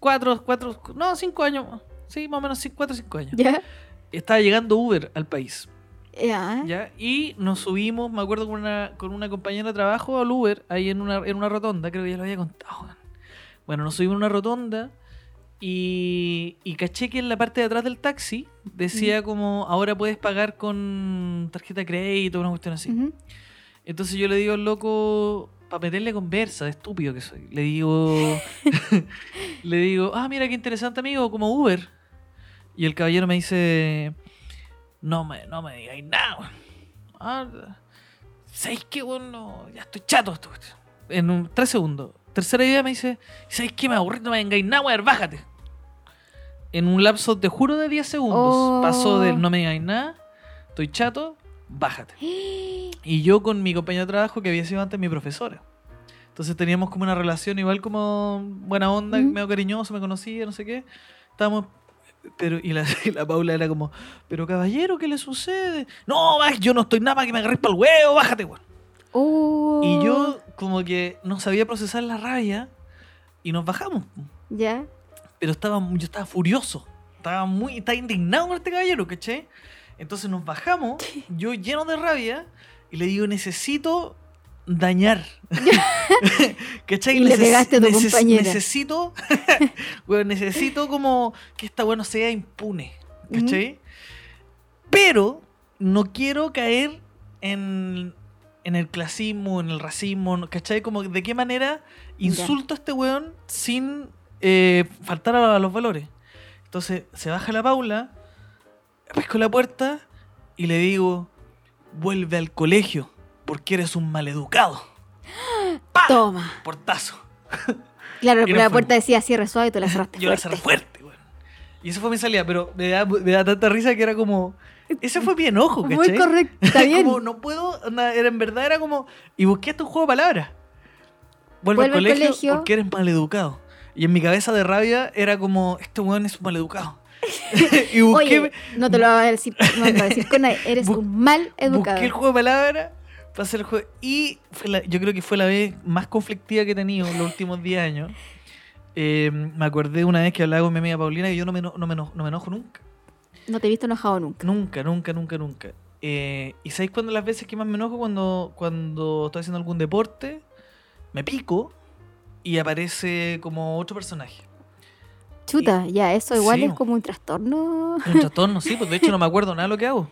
Speaker 2: Cuatro, cuatro, no, cinco años. Sí, más o menos cin- cuatro o cinco años.
Speaker 1: ¿Ya?
Speaker 2: Estaba llegando Uber al país.
Speaker 1: Ya.
Speaker 2: ¿ya? Y nos subimos, me acuerdo, con una, con una compañera de trabajo al Uber, ahí en una, en una rotonda, creo que ya lo había contado. weón. Bueno, nos subimos a una rotonda y, y caché que en la parte de atrás del taxi decía como, ahora puedes pagar con tarjeta de crédito, una cuestión así.
Speaker 1: Ujú.
Speaker 2: Entonces yo le digo al loco, para meterle conversa, de estúpido que soy, le digo, le digo, ah, mira qué interesante amigo, como Uber. Y el caballero me dice, no me, no me digáis nada. weón. Ah, ¿Sabéis qué, weón? No, ya estoy chato de esto. weón". En un, tres segundos. Tercera idea me dice, ¿sabéis qué? Me aburrí, no me vengáis nada, weón, bájate. En un lapso, te juro, de 10 segundos.
Speaker 1: Oh.
Speaker 2: Pasó del no me digáis nada, estoy chato, bájate y yo con mi compañero de trabajo que había sido antes mi profesora. Entonces teníamos como una relación igual como buena onda,
Speaker 1: Mm.
Speaker 2: medio cariñoso, me conocía, no sé qué. Estábamos pero y la, (laughs) y la Paula era como, "Pero caballero, ¿qué le sucede?" "No, baj- yo no estoy nada para que me agarres para el huevo, bájate, weón."
Speaker 1: Oh.
Speaker 2: Y yo como que no sabía procesar la rabia y nos bajamos.
Speaker 1: ¿Ya?
Speaker 2: Pero estaba, yo estaba furioso. Estaba muy estaba indignado con este caballero, ¿caché? Entonces
Speaker 1: (laughs)
Speaker 2: nos bajamos, yo lleno de rabia, y le digo, necesito dañar.
Speaker 1: (laughs)
Speaker 2: ¿Cachai?
Speaker 1: Y le pegaste a tu compañera.
Speaker 2: Necesito, (laughs) weón, necesito como que esta bueno sea impune, ¿cachai? Pero no quiero caer en, en el clasismo, en el racismo, ¿no? ¿cachai? Como de qué manera insulto a este weón sin eh, faltar a los valores. Entonces se baja la Paula, pesco la puerta y le digo, vuelve al colegio porque eres un maleducado. ¡Pah!
Speaker 1: Toma.
Speaker 2: Portazo.
Speaker 1: Claro,
Speaker 2: Y
Speaker 1: pero la
Speaker 2: nos fuimos.
Speaker 1: puerta decía cierre suave y tú la cerraste.
Speaker 2: (laughs) Yo la
Speaker 1: fuerte.
Speaker 2: cerré fuerte, weón. Y eso fue mi salida, pero me da, me da tanta risa que era como... Ese fue mi enojo, ¿cachai?
Speaker 1: Muy correcto,
Speaker 2: (laughs)
Speaker 1: está bien.
Speaker 2: como, no puedo, onda, era, en verdad era como, y busqué hasta un juego de palabras. Vuelve, al
Speaker 1: Vuelve al
Speaker 2: colegio,
Speaker 1: colegio.
Speaker 2: porque eres maleducado. Y en mi cabeza de rabia era como, este weón es
Speaker 1: (laughs)
Speaker 2: un maleducado. (laughs) y busqué,
Speaker 1: Oye, no te lo voy a decir, no te lo voy a decir con nadie. Eres
Speaker 2: Bu-
Speaker 1: un mal educado.
Speaker 2: busqué el juego de palabras para hacer el juego. Y fue la- yo creo que fue la vez más conflictiva que he tenido en los últimos 10 años. Eh, me acordé una vez que hablaba con mi amiga Paulina que yo no me, eno- no me eno- no me enojo nunca.
Speaker 1: No te he visto enojado nunca.
Speaker 2: Nunca, nunca, nunca, nunca. Eh, ¿Y sabéis cuándo las veces que más me enojo? Cuando, cuando estoy haciendo algún deporte, me pico y aparece como otro personaje.
Speaker 1: Chuta, ya, eso igual
Speaker 2: Sí.
Speaker 1: es como un trastorno. (laughs)
Speaker 2: Es Un trastorno, sí, pues de hecho no me acuerdo nada de lo que hago.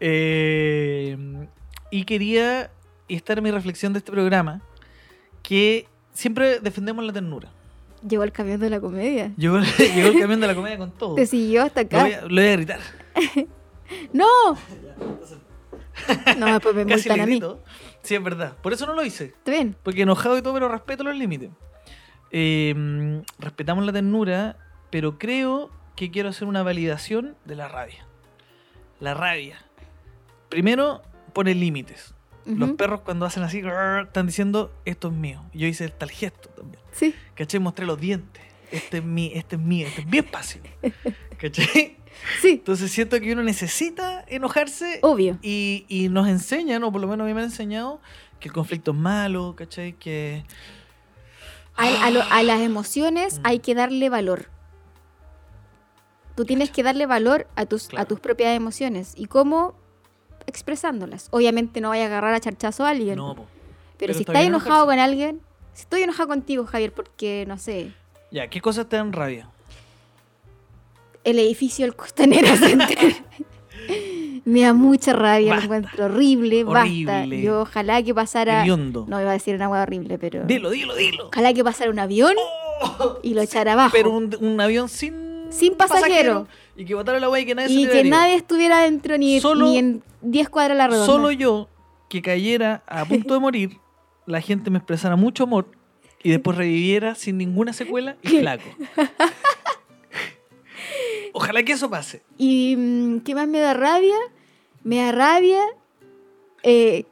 Speaker 2: Eh, y quería, y esta era mi reflexión de este programa, que siempre defendemos la ternura.
Speaker 1: Llegó el camión de la comedia.
Speaker 2: Llegó, llegó el (laughs) camión de la comedia con todo.
Speaker 1: Te siguió hasta
Speaker 2: Lo voy
Speaker 1: acá.
Speaker 2: a, lo voy a gritar.
Speaker 1: ¡No!
Speaker 2: (laughs)
Speaker 1: No, después me
Speaker 2: Casi
Speaker 1: multan
Speaker 2: le
Speaker 1: a mí.
Speaker 2: grito. Sí, es verdad. Por eso no lo hice.
Speaker 1: ¿Está bien?
Speaker 2: Porque enojado y todo, pero respeto los límites. Eh, respetamos la ternura, pero creo que quiero hacer una validación de la rabia. La rabia. Primero, pone límites. Los
Speaker 1: Ujú.
Speaker 2: perros cuando hacen así, grrr, están diciendo, esto es mío. Yo hice tal gesto también.
Speaker 1: Sí.
Speaker 2: ¿Cachai? Mostré los dientes. Este es mi, este es mío, este es mi espacio. ¿Cachai?
Speaker 1: Sí,
Speaker 2: Entonces siento que uno necesita enojarse
Speaker 1: obvio.
Speaker 2: y, y nos enseñan, o por lo menos a mí me han enseñado, que el conflicto es malo, ¿cachai? Que
Speaker 1: A, a lo- a las
Speaker 2: Mm.
Speaker 1: emociones hay que darle valor. Tú tienes que darle valor a tus, a
Speaker 2: Claro.
Speaker 1: tus propias emociones. ¿Y cómo? Expresándolas. Obviamente no vaya a agarrar a charchazo a alguien.
Speaker 2: no, po.
Speaker 1: pero,
Speaker 2: pero
Speaker 1: si
Speaker 2: está
Speaker 1: estás
Speaker 2: bien
Speaker 1: enojado
Speaker 2: enojarse.
Speaker 1: con alguien, si estoy enojado contigo, Javier, porque, no sé,
Speaker 2: Ya, ¿qué cosas te dan rabia?
Speaker 1: el edificio del Costanera Center. (laughs) Me da mucha rabia,
Speaker 2: Basta.
Speaker 1: lo encuentro horrible, basta.
Speaker 2: Horrible.
Speaker 1: Yo ojalá que pasara...
Speaker 2: Hediondo.
Speaker 1: No iba a decir una hueá horrible, pero...
Speaker 2: Dilo, dilo, dilo.
Speaker 1: Ojalá que pasara un avión y lo echara abajo.
Speaker 2: Pero un, un avión sin,
Speaker 1: Sin pasajero.
Speaker 2: Y que botara la wey y que nadie se
Speaker 1: y
Speaker 2: le
Speaker 1: que
Speaker 2: daría.
Speaker 1: nadie estuviera dentro ni,
Speaker 2: Solo-
Speaker 1: ni en 10 cuadras a la redonda.
Speaker 2: Solo yo, que cayera
Speaker 1: (laughs)
Speaker 2: a punto de morir, la gente me expresara mucho amor y después reviviera sin ninguna secuela y flaco. (laughs) Ojalá que eso pase.
Speaker 1: ¿Y mm, qué más me da rabia? Me da rabia... eh,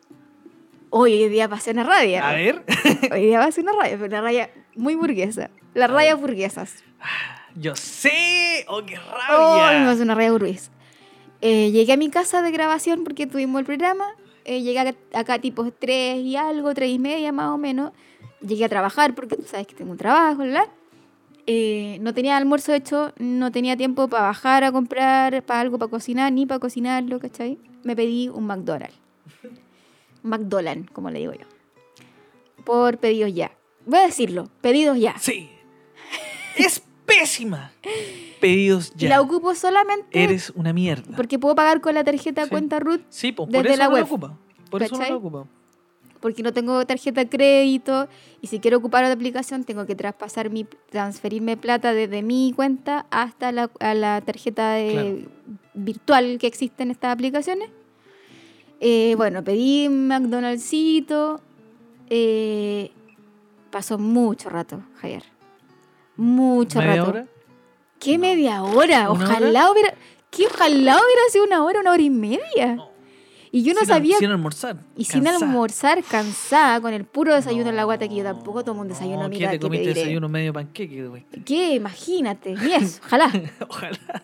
Speaker 1: hoy en día pasé una rabia.
Speaker 2: A ver, (laughs)
Speaker 1: Hoy día pasé una rabia, pero una rabia muy burguesa. Las rayas burguesas.
Speaker 2: yo sé. ¡Oh, qué
Speaker 1: Ay, me
Speaker 2: rabia!
Speaker 1: pasó una rabia burguesa. Eh, llegué a mi casa de grabación porque tuvimos el programa. eh, llegué acá, acá tipo 3 y algo, 3 y media más o menos. Llegué a trabajar porque tú sabes que tengo un trabajo, ¿verdad? Eh, no tenía almuerzo hecho, no tenía tiempo para bajar a comprar para algo para cocinar, ni para cocinarlo, ¿cachai? Me pedí un McDonald's. McDonald's, como le digo yo. Por pedidos ya. Voy a decirlo, pedidos ya.
Speaker 2: Sí. Es pésima. Pedidos ya.
Speaker 1: La ocupo solamente
Speaker 2: Eres una mierda.
Speaker 1: porque puedo pagar con la tarjeta
Speaker 2: Sí.
Speaker 1: cuenta RUT
Speaker 2: Sí, po, por
Speaker 1: desde
Speaker 2: eso
Speaker 1: la
Speaker 2: no la
Speaker 1: web,
Speaker 2: ocupa. Por eso no
Speaker 1: ¿cachai?
Speaker 2: la ocupa.
Speaker 1: porque no tengo tarjeta de crédito y si quiero ocupar otra aplicación tengo que traspasar mi transferirme plata desde mi cuenta hasta la, a la tarjeta de- virtual que existe en estas aplicaciones. Eh, bueno, pedí un McDonald'sito. eh, pasó mucho rato, Javier. Mucho
Speaker 2: ¿Media
Speaker 1: rato.
Speaker 2: hora?
Speaker 1: ¿Qué media hora?
Speaker 2: ¿Una
Speaker 1: Ojalá hubiera. ¿Qué ojalá hubiera sido una hora, una hora y media?
Speaker 2: No.
Speaker 1: Y yo no
Speaker 2: Sin al-
Speaker 1: sabía
Speaker 2: Sin almorzar.
Speaker 1: y sin
Speaker 2: Cansada.
Speaker 1: almorzar, cansada, con el puro desayuno en la guata, que yo
Speaker 2: No,
Speaker 1: tampoco tomo un desayuno,
Speaker 2: no,
Speaker 1: amiga,
Speaker 2: ¿Qué
Speaker 1: ¿qué
Speaker 2: te
Speaker 1: te
Speaker 2: comiste
Speaker 1: diré?
Speaker 2: desayuno medio panqueque? güey? (laughs)
Speaker 1: ¿Qué? Imagínate, ni eso, ojalá. (laughs)
Speaker 2: Ojalá.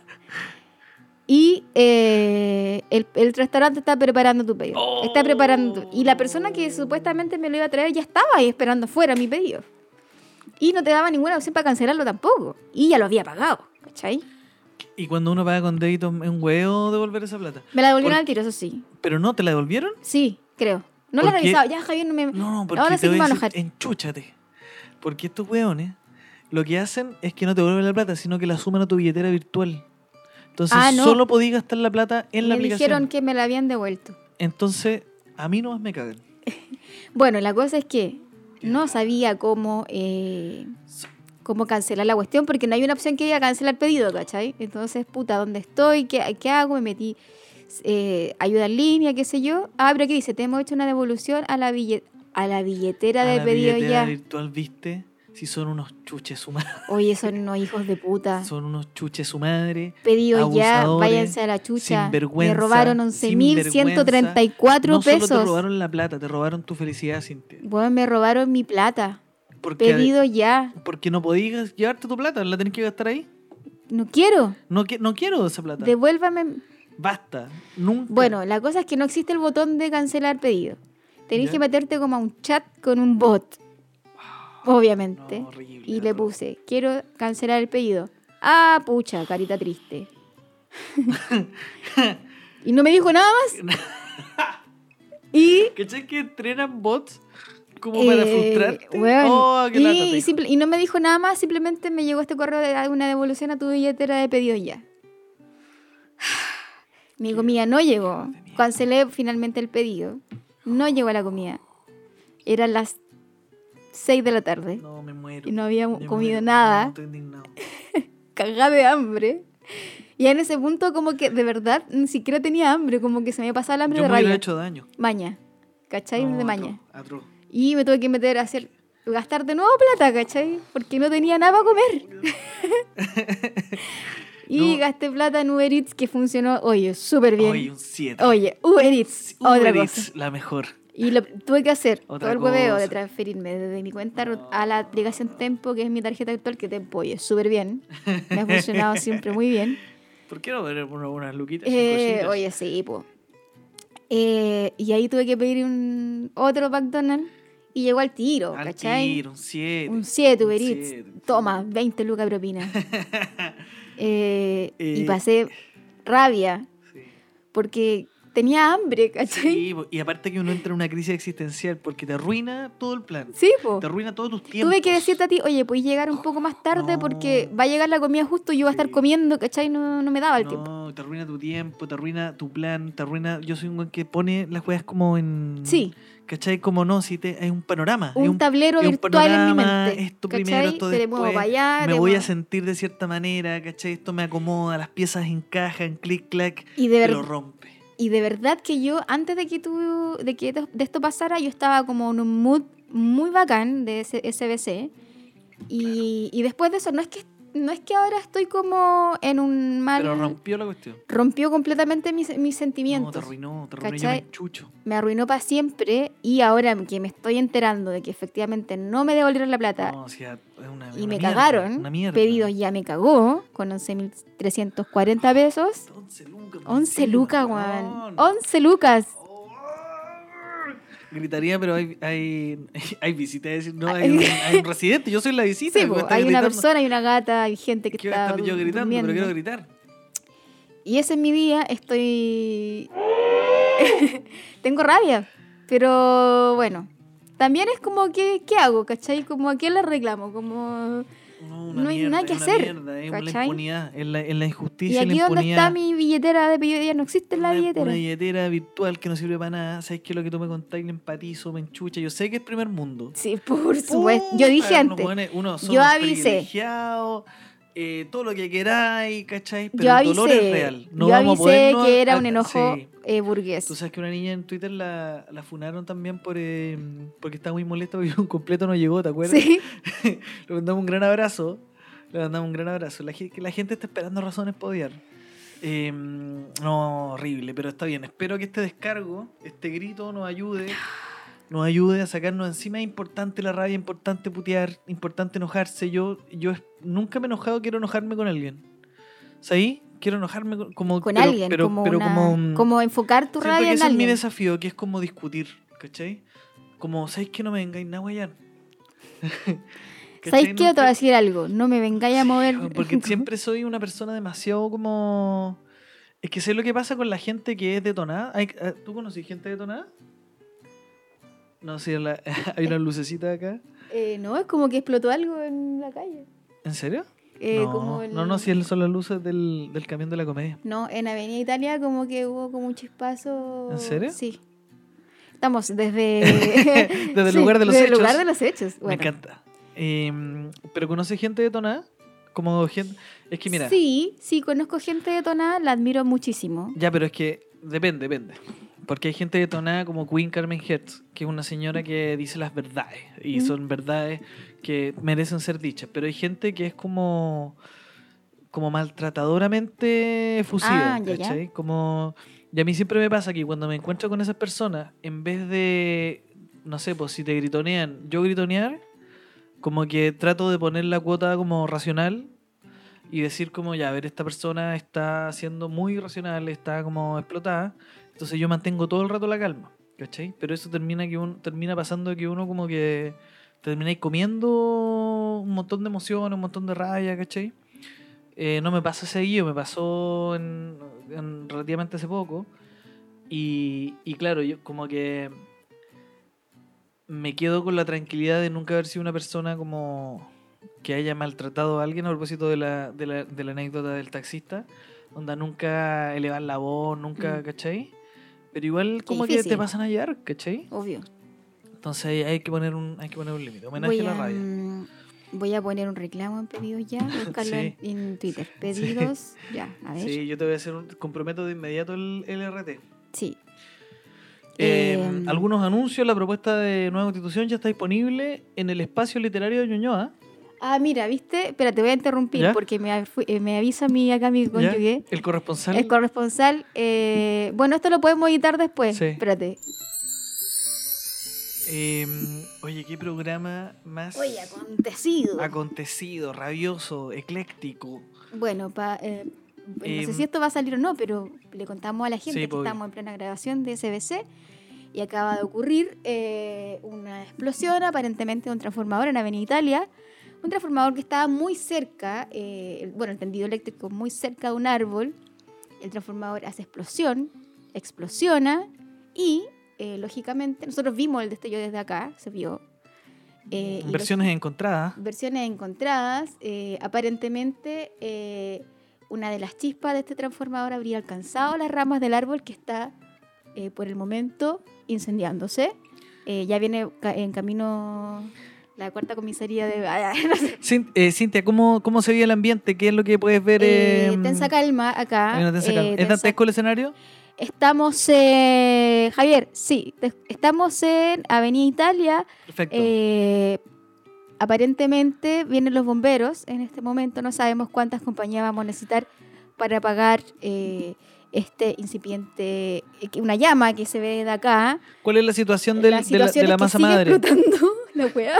Speaker 1: Y eh, el, el restaurante está preparando tu pedido. Está preparando tu- Y la persona
Speaker 2: Oh.
Speaker 1: que supuestamente me lo iba a traer ya estaba ahí esperando fuera mi pedido. Y no te daba ninguna opción para cancelarlo tampoco. Y ya lo había pagado, ¿cachai?
Speaker 2: Y cuando uno paga con débito es un huevo devolver esa plata.
Speaker 1: Me la devolvieron
Speaker 2: Por-
Speaker 1: al tiro, eso sí.
Speaker 2: ¿Pero no te la devolvieron?
Speaker 1: Sí, creo. No lo he
Speaker 2: ¿Por qué?
Speaker 1: revisado. Ya, Javier, no me...
Speaker 2: No, no, porque
Speaker 1: Mm. Ahora sí
Speaker 2: te
Speaker 1: que
Speaker 2: voy
Speaker 1: me
Speaker 2: a
Speaker 1: voy a
Speaker 2: decir,
Speaker 1: enojar.
Speaker 2: enchúchate. Porque estos hueones lo que hacen es que no te devuelven la plata, sino que la suman a tu billetera virtual. Entonces
Speaker 1: Ah, no.
Speaker 2: solo podías gastar la plata en la
Speaker 1: me dijeron
Speaker 2: aplicación.
Speaker 1: que me la habían devuelto.
Speaker 2: Entonces, a mí nomás me cagan.
Speaker 1: Bueno, la cosa es que no sabía cómo, eh, cómo cancelar la cuestión porque no hay una opción que diga cancelar pedido, ¿cachai? Entonces, puta, ¿dónde estoy? ¿Qué, qué hago? Me metí eh, ayuda en línea, qué sé yo. Ah, pero ¿qué dice? Te hemos hecho una devolución a la, billet- a la billetera
Speaker 2: A
Speaker 1: de
Speaker 2: la
Speaker 1: pedido
Speaker 2: billetera
Speaker 1: ya.
Speaker 2: virtual, viste, si son unos chuches humanos.
Speaker 1: Oye, son unos hijos de puta.
Speaker 2: (laughs) Son unos chuches su madre.
Speaker 1: Pedido ya,
Speaker 2: abusadores,
Speaker 1: váyanse a la chucha. Me
Speaker 2: sinvergüenza,
Speaker 1: robaron 11.134
Speaker 2: no
Speaker 1: pesos.
Speaker 2: solo te robaron la plata, te robaron tu felicidad, Cintia.
Speaker 1: Bueno, me robaron mi plata.
Speaker 2: Porque,
Speaker 1: Pedido ya.
Speaker 2: porque no podías llevarte tu plata, la tenés que gastar ahí.
Speaker 1: No quiero.
Speaker 2: No, qui- no quiero esa plata.
Speaker 1: Devuélvame
Speaker 2: Basta. Nunca.
Speaker 1: Bueno, la cosa es que no existe el botón de cancelar pedido. Tenés
Speaker 2: Ya.
Speaker 1: que meterte como a un chat con un bot. Obviamente.
Speaker 2: No, horrible,
Speaker 1: y le
Speaker 2: horror.
Speaker 1: puse, quiero cancelar el pedido. Ah, pucha, carita
Speaker 2: (laughs)
Speaker 1: triste. y no me dijo nada más.
Speaker 2: (laughs)
Speaker 1: y
Speaker 2: ¿Cachai que entrenan bots como para
Speaker 1: eh,
Speaker 2: frustrarte?
Speaker 1: weón,
Speaker 2: Oh, qué
Speaker 1: y,
Speaker 2: lata te
Speaker 1: simple- y no me dijo nada más, simplemente me llegó este correo de una devolución a tu billetera de pedido
Speaker 2: (sighs)
Speaker 1: ya. Mi comida no llegó. Cancelé finalmente el pedido. No llegó la comida. Eran las 6 de la tarde.
Speaker 2: dijo. No, me muero.
Speaker 1: Y no habíamos
Speaker 2: Me
Speaker 1: comido
Speaker 2: muero.
Speaker 1: nada.
Speaker 2: No, estoy indignado.
Speaker 1: Cagá de hambre. Y en ese punto como que de verdad ni siquiera tenía hambre, como que se me pasaba el hambre
Speaker 2: Yo
Speaker 1: de
Speaker 2: me hubiera
Speaker 1: rabia.
Speaker 2: hecho daño.
Speaker 1: Maña. ¿Cachai?
Speaker 2: No,
Speaker 1: de
Speaker 2: atroz,
Speaker 1: maña.
Speaker 2: atroz.
Speaker 1: Y me tuve que meter a hacer, gastar de nuevo plata, ¿cachai? Porque no tenía nada para
Speaker 2: (laughs)
Speaker 1: comer. y
Speaker 2: No.
Speaker 1: gasté plata en Uber Eats que funcionó, oye, súper bien. Oh,
Speaker 2: Oye,
Speaker 1: Oye,
Speaker 2: un 7.
Speaker 1: Uber Eats, otra cosa.
Speaker 2: La mejor.
Speaker 1: Y lo tuve que hacer,
Speaker 2: Otra
Speaker 1: todo el hueveo de
Speaker 2: cosa.
Speaker 1: transferirme desde mi cuenta Ruth a la
Speaker 2: (laughs)
Speaker 1: aplicación Tempo, que es mi tarjeta actual, que Tempo, oye, súper bien. Me ha funcionado siempre muy bien.
Speaker 2: ¿Por qué no tener unas, unas luquitas? cinco
Speaker 1: Eh,
Speaker 2: cositas?
Speaker 1: oye, sí, po. Eh, y ahí tuve que pedir un otro McDonald's y llegó al tiro,
Speaker 2: Al
Speaker 1: ¿cachai?
Speaker 2: tiro, un 7.
Speaker 1: Un 7 Uber
Speaker 2: un
Speaker 1: Eats.
Speaker 2: siete.
Speaker 1: Toma, 20 lucas
Speaker 2: (laughs)
Speaker 1: propina. Eh, y
Speaker 2: Eh.
Speaker 1: pasé rabia porque tenía hambre, ¿cachai?
Speaker 2: Sí, po, y aparte que uno entra en una crisis existencial porque te arruina todo el plan.
Speaker 1: Sí, po.
Speaker 2: Te arruina todos tus tiempos.
Speaker 1: Tuve que decirte a ti, oye, puedes llegar un poco más tarde porque
Speaker 2: No.
Speaker 1: va a llegar la comida justo y yo voy a estar
Speaker 2: Sí.
Speaker 1: comiendo, ¿cachai? No, no me daba el tiempo.
Speaker 2: No, te arruina tu tiempo, te arruina tu plan, te arruina... Yo soy un güey que pone las weas como en...
Speaker 1: Sí,
Speaker 2: ¿Cachai? Como no, si te, es un panorama.
Speaker 1: un,
Speaker 2: es un
Speaker 1: tablero
Speaker 2: es un
Speaker 1: virtual
Speaker 2: panorama,
Speaker 1: en mi mente.
Speaker 2: esto
Speaker 1: ¿cachai?
Speaker 2: primero, esto
Speaker 1: Te muevo
Speaker 2: después,
Speaker 1: para allá,
Speaker 2: me
Speaker 1: te
Speaker 2: voy a
Speaker 1: muevo-
Speaker 2: sentir de cierta manera, ¿cachai? Esto me acomoda, las piezas encajan, clic, clac,
Speaker 1: Y de,
Speaker 2: te
Speaker 1: ver-
Speaker 2: lo rompe.
Speaker 1: y de verdad que yo, antes de que, tú, de que esto- de esto pasara, yo estaba como en un mood muy bacán de ese SBC. Y, y después de eso, no es que no es que ahora estoy como en un mal...
Speaker 2: Pero rompió la cuestión.
Speaker 1: rompió completamente mis, mis
Speaker 2: No, te
Speaker 1: sentimientos.
Speaker 2: arruinó, te arruinó, yo
Speaker 1: ¿cachai?
Speaker 2: me chucho.
Speaker 1: me arruinó para siempre y ahora que me estoy enterando de que efectivamente no me devolvieron la plata
Speaker 2: No, o sea, es una,
Speaker 1: y
Speaker 2: una
Speaker 1: me
Speaker 2: mierda,
Speaker 1: cagaron,
Speaker 2: una mierda.
Speaker 1: pedidos ya me cagó con 11.340 pesos.
Speaker 2: 11 lucas.
Speaker 1: 11
Speaker 2: encima,
Speaker 1: lucas,
Speaker 2: weón. Oh,
Speaker 1: weón. 11 lucas.
Speaker 2: Gritaría, pero hay, hay, (laughs) hay visita. Es decir, no, hay un, hay un residente. Yo soy la
Speaker 1: Sí,
Speaker 2: visita.
Speaker 1: po,
Speaker 2: voy a estar
Speaker 1: hay una
Speaker 2: gritando.
Speaker 1: persona, hay una gata, hay gente que
Speaker 2: ¿Qué voy a
Speaker 1: está
Speaker 2: estar yo
Speaker 1: dur-
Speaker 2: gritando?
Speaker 1: durmiendo.
Speaker 2: Pero quiero gritar.
Speaker 1: Y ese es mi día, estoy... (laughs) Tengo rabia, pero bueno. También es como, que, ¿qué hago? ¿Cachai? Como a quién le reclamo, como...
Speaker 2: No, una
Speaker 1: No hay
Speaker 2: mierda,
Speaker 1: nada que
Speaker 2: es una
Speaker 1: hacer,
Speaker 2: mierda, es una
Speaker 1: ¿cachai?
Speaker 2: impunidad, es la, es la
Speaker 1: Y
Speaker 2: injusticia, la
Speaker 1: aquí
Speaker 2: impunidad.
Speaker 1: donde está mi billetera de pedido, ya no existe la
Speaker 2: una,
Speaker 1: billetera.
Speaker 2: Una billetera virtual que no sirve para nada. ¿Sabes qué? Lo que tú me contáis, le empatizo, me enchucha. Yo sé que es primer mundo.
Speaker 1: Sí, por supuesto. Yo
Speaker 2: Puta,
Speaker 1: dije
Speaker 2: unos
Speaker 1: antes,
Speaker 2: hueones- unos son
Speaker 1: Yo
Speaker 2: unos
Speaker 1: avisé.
Speaker 2: privilegiados, eh, todo lo que queráis, ¿cachai? Pero
Speaker 1: yo
Speaker 2: el dolor es
Speaker 1: avisé,
Speaker 2: real. No
Speaker 1: yo
Speaker 2: vamos
Speaker 1: avisé
Speaker 2: a podernos
Speaker 1: que era
Speaker 2: a-
Speaker 1: un enojo
Speaker 2: sí.
Speaker 1: eh, burgués.
Speaker 2: Tú sabes que una niña en Twitter la, la funaron también por, eh, porque estaba muy molesta porque (laughs) un completo no llegó, ¿te acuerdas?
Speaker 1: (laughs) Sí,
Speaker 2: Le mandamos un gran abrazo. Le mandamos un gran abrazo. La, ge- que la gente está esperando razones para odiar. Eh, no, horrible, pero está bien. Espero que este descargo, este grito, nos ayude. Nos ayude a sacarnos encima. Es importante la rabia, importante putear, importante enojarse. Yo, yo es- nunca me he enojado, quiero enojarme con alguien. ¿Sabes? Quiero enojarme con, como,
Speaker 1: con
Speaker 2: pero-
Speaker 1: alguien,
Speaker 2: pero-
Speaker 1: como,
Speaker 2: pero
Speaker 1: una-
Speaker 2: como,
Speaker 1: como, enfocar tu
Speaker 2: Siento
Speaker 1: rabia
Speaker 2: que
Speaker 1: en
Speaker 2: ese es mi
Speaker 1: alguien.
Speaker 2: desafío, que es como discutir, ¿cachai? Como, ¿sabéis que no me vengáis
Speaker 1: (laughs)
Speaker 2: nada, weón?
Speaker 1: ¿Sabes qué? Te
Speaker 2: (laughs)
Speaker 1: voy a decir algo, no me vengáis a mover. (laughs)
Speaker 2: Porque siempre soy una persona demasiado como... Es que sé lo que pasa con la gente que es detonada. Hay- ah, ¿Tú conoces gente detonada? No sé, la- (laughs) hay una lucecita acá.
Speaker 1: Eh, no, es como que explotó algo en la calle.
Speaker 2: ¿En serio?
Speaker 1: Eh,
Speaker 2: no,
Speaker 1: como el-
Speaker 2: no, no, sí, son las luces del, del camión de la comedia.
Speaker 1: No, en Avenida Italia como que hubo como un chispazo.
Speaker 2: ¿En serio?
Speaker 1: Sí. Estamos desde...
Speaker 2: (laughs)
Speaker 1: (laughs)
Speaker 2: Desde el
Speaker 1: Sí,
Speaker 2: lugar de los
Speaker 1: desde el
Speaker 2: hechos.
Speaker 1: lugar de los hechos. Bueno,
Speaker 2: Me encanta. Eh, pero conoce gente detonada, como gente... Es que mira...
Speaker 1: Sí, sí, conozco gente detonada, la admiro muchísimo.
Speaker 2: Ya, pero es que depende, depende. Porque hay gente detonada como Queen Carmen Hertz, que es una señora que dice las verdades. Y
Speaker 1: Mm.
Speaker 2: son verdades que merecen ser dichas. Pero hay gente que es como, como maltratadoramente efusiva.
Speaker 1: Ah, ya, ya.
Speaker 2: ¿cachai? Como, y a mí siempre me pasa que cuando me encuentro con esas personas, en vez de, no sé, pues si te gritonean, yo gritonear, como que trato de poner la cuota como racional y decir como ya, a ver, esta persona está siendo muy irracional, está como explotada, entonces yo mantengo todo el rato la calma, ¿cachai? Pero eso termina, que un- termina pasando que uno como que termináis comiendo un montón de emociones, un montón de rabia, ¿cachai? Eh, no me pasa seguido, me pasó en, en relativamente hace poco. Y, y claro, yo como que me quedo con la tranquilidad de nunca haber sido una persona como que haya maltratado a alguien a propósito de la, de la, de la anécdota del taxista. Onda, nunca elevar la voz, nunca,
Speaker 1: Mm.
Speaker 2: ¿cachai? Pero igual como que te
Speaker 1: difícil.
Speaker 2: pasan a hallar, ¿cachai?
Speaker 1: Obvio.
Speaker 2: Entonces hay- hay que poner un, hay que poner un límite. Homenaje
Speaker 1: Voy
Speaker 2: a la
Speaker 1: a,
Speaker 2: rabia.
Speaker 1: mm, voy a poner un reclamo en pedidos
Speaker 2: (laughs)
Speaker 1: ya, buscarlo en- en, Twitter. Pedidos ya, a ver. Sí.
Speaker 2: Sí, yo te voy a hacer un comprometo de inmediato el, el RT. Eh,
Speaker 1: Em,
Speaker 2: algunos anuncios, la propuesta de nueva constitución ya está disponible en el espacio literario de Ñuñoa.
Speaker 1: Ah, mira, viste, espera, te voy a interrumpir
Speaker 2: ¿Ya?
Speaker 1: porque me, afu- eh, me avisa mi acá mi
Speaker 2: ¿ya?
Speaker 1: cónyuge.
Speaker 2: El corresponsal.
Speaker 1: El corresponsal, eh, bueno, esto lo podemos editar después.
Speaker 2: Sí.
Speaker 1: Espérate.
Speaker 2: Em, oye, qué programa más
Speaker 1: Oye, acontecido.
Speaker 2: acontecido, rabioso, ecléctico.
Speaker 1: Bueno, pa- eh, no sé
Speaker 2: Em,
Speaker 1: si esto va a salir o no, pero le contamos a la gente
Speaker 2: Sí,
Speaker 1: que
Speaker 2: obvio.
Speaker 1: estamos en plena grabación de SBC y acaba de ocurrir eh, una explosión aparentemente de un transformador en Avenida Italia. Un transformador que estaba muy cerca, eh, el- bueno, el tendido eléctrico muy cerca de un árbol. El transformador hace explosión, explosiona y, eh, lógicamente, nosotros vimos el destello desde acá, se vio. eh, y lógi-
Speaker 2: Versiones encontradas.
Speaker 1: versiones encontradas. eh, aparentemente, eh, una de las chispas de este transformador habría alcanzado las ramas del árbol que está, eh, por el momento, incendiándose. Eh, ya viene ca- en camino la cuarta comisaría de... (laughs) no sé.
Speaker 2: Cin- eh, Cintia, ¿cómo, ¿cómo se vive el ambiente? ¿Qué es lo que puedes ver?
Speaker 1: Eh,
Speaker 2: em,
Speaker 1: tensa calma acá.
Speaker 2: hay una tensa
Speaker 1: eh,
Speaker 2: calma? ¿Es
Speaker 1: tensa-
Speaker 2: dantesco el escenario?
Speaker 1: Estamos en... Javier, sí. te- Estamos en Avenida Italia.
Speaker 2: Perfecto.
Speaker 1: Eh, aparentemente vienen los bomberos. En este momento no sabemos cuántas compañías vamos a necesitar para apagar eh, este incipiente, eh, que- una llama que se ve de acá.
Speaker 2: ¿Cuál es la situación, del- de la- de, la,
Speaker 1: situación es que
Speaker 2: masa
Speaker 1: sigue
Speaker 2: madre?
Speaker 1: explotando (laughs) la hueá.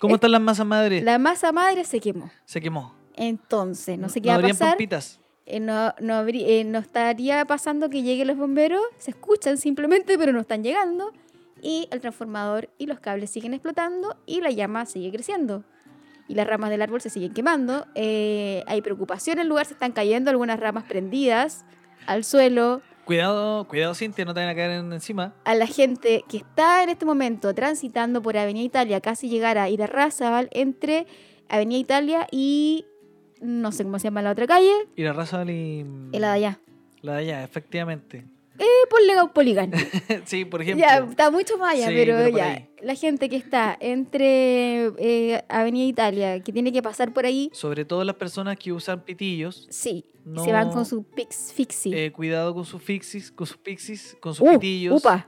Speaker 2: ¿Cómo están las masas madre?
Speaker 1: La masa madre se quemó.
Speaker 2: Se quemó.
Speaker 1: Entonces, no sé qué
Speaker 2: no
Speaker 1: va a
Speaker 2: habrían
Speaker 1: pasar.
Speaker 2: pompitas.
Speaker 1: Eh, no, no, habrí- eh, no estaría pasando que lleguen los bomberos, se escuchan simplemente, pero no están llegando. Y el transformador y los cables siguen explotando y la llama sigue creciendo. Y las ramas del árbol se siguen quemando. eh, hay preocupación en el lugar, se están cayendo algunas ramas prendidas al suelo.
Speaker 2: Cuidado, cuidado, Cintia, no te van a caer en- encima.
Speaker 1: A la gente que está en este momento transitando por Avenida Italia, casi llegar a Irarrázaval, entre Avenida Italia y no sé cómo se llama la otra calle,
Speaker 2: Y la raza y.
Speaker 1: y la de allá.
Speaker 2: La de allá, efectivamente. (laughs)
Speaker 1: Eh, por Legaupoligán.
Speaker 2: sí, por ejemplo.
Speaker 1: Ya, está mucho más allá,
Speaker 2: pues. Sí,
Speaker 1: pero,
Speaker 2: pero por
Speaker 1: ya.
Speaker 2: ahí.
Speaker 1: La gente que está entre eh, Avenida Italia, que tiene que pasar por ahí,
Speaker 2: Sobre todo las personas que usan pitillos.
Speaker 1: sí.
Speaker 2: No,
Speaker 1: se van con su pix fixie.
Speaker 2: eh, cuidado con sus fixis, con sus pixis, con sus
Speaker 1: Uh,
Speaker 2: pitillos.
Speaker 1: upa.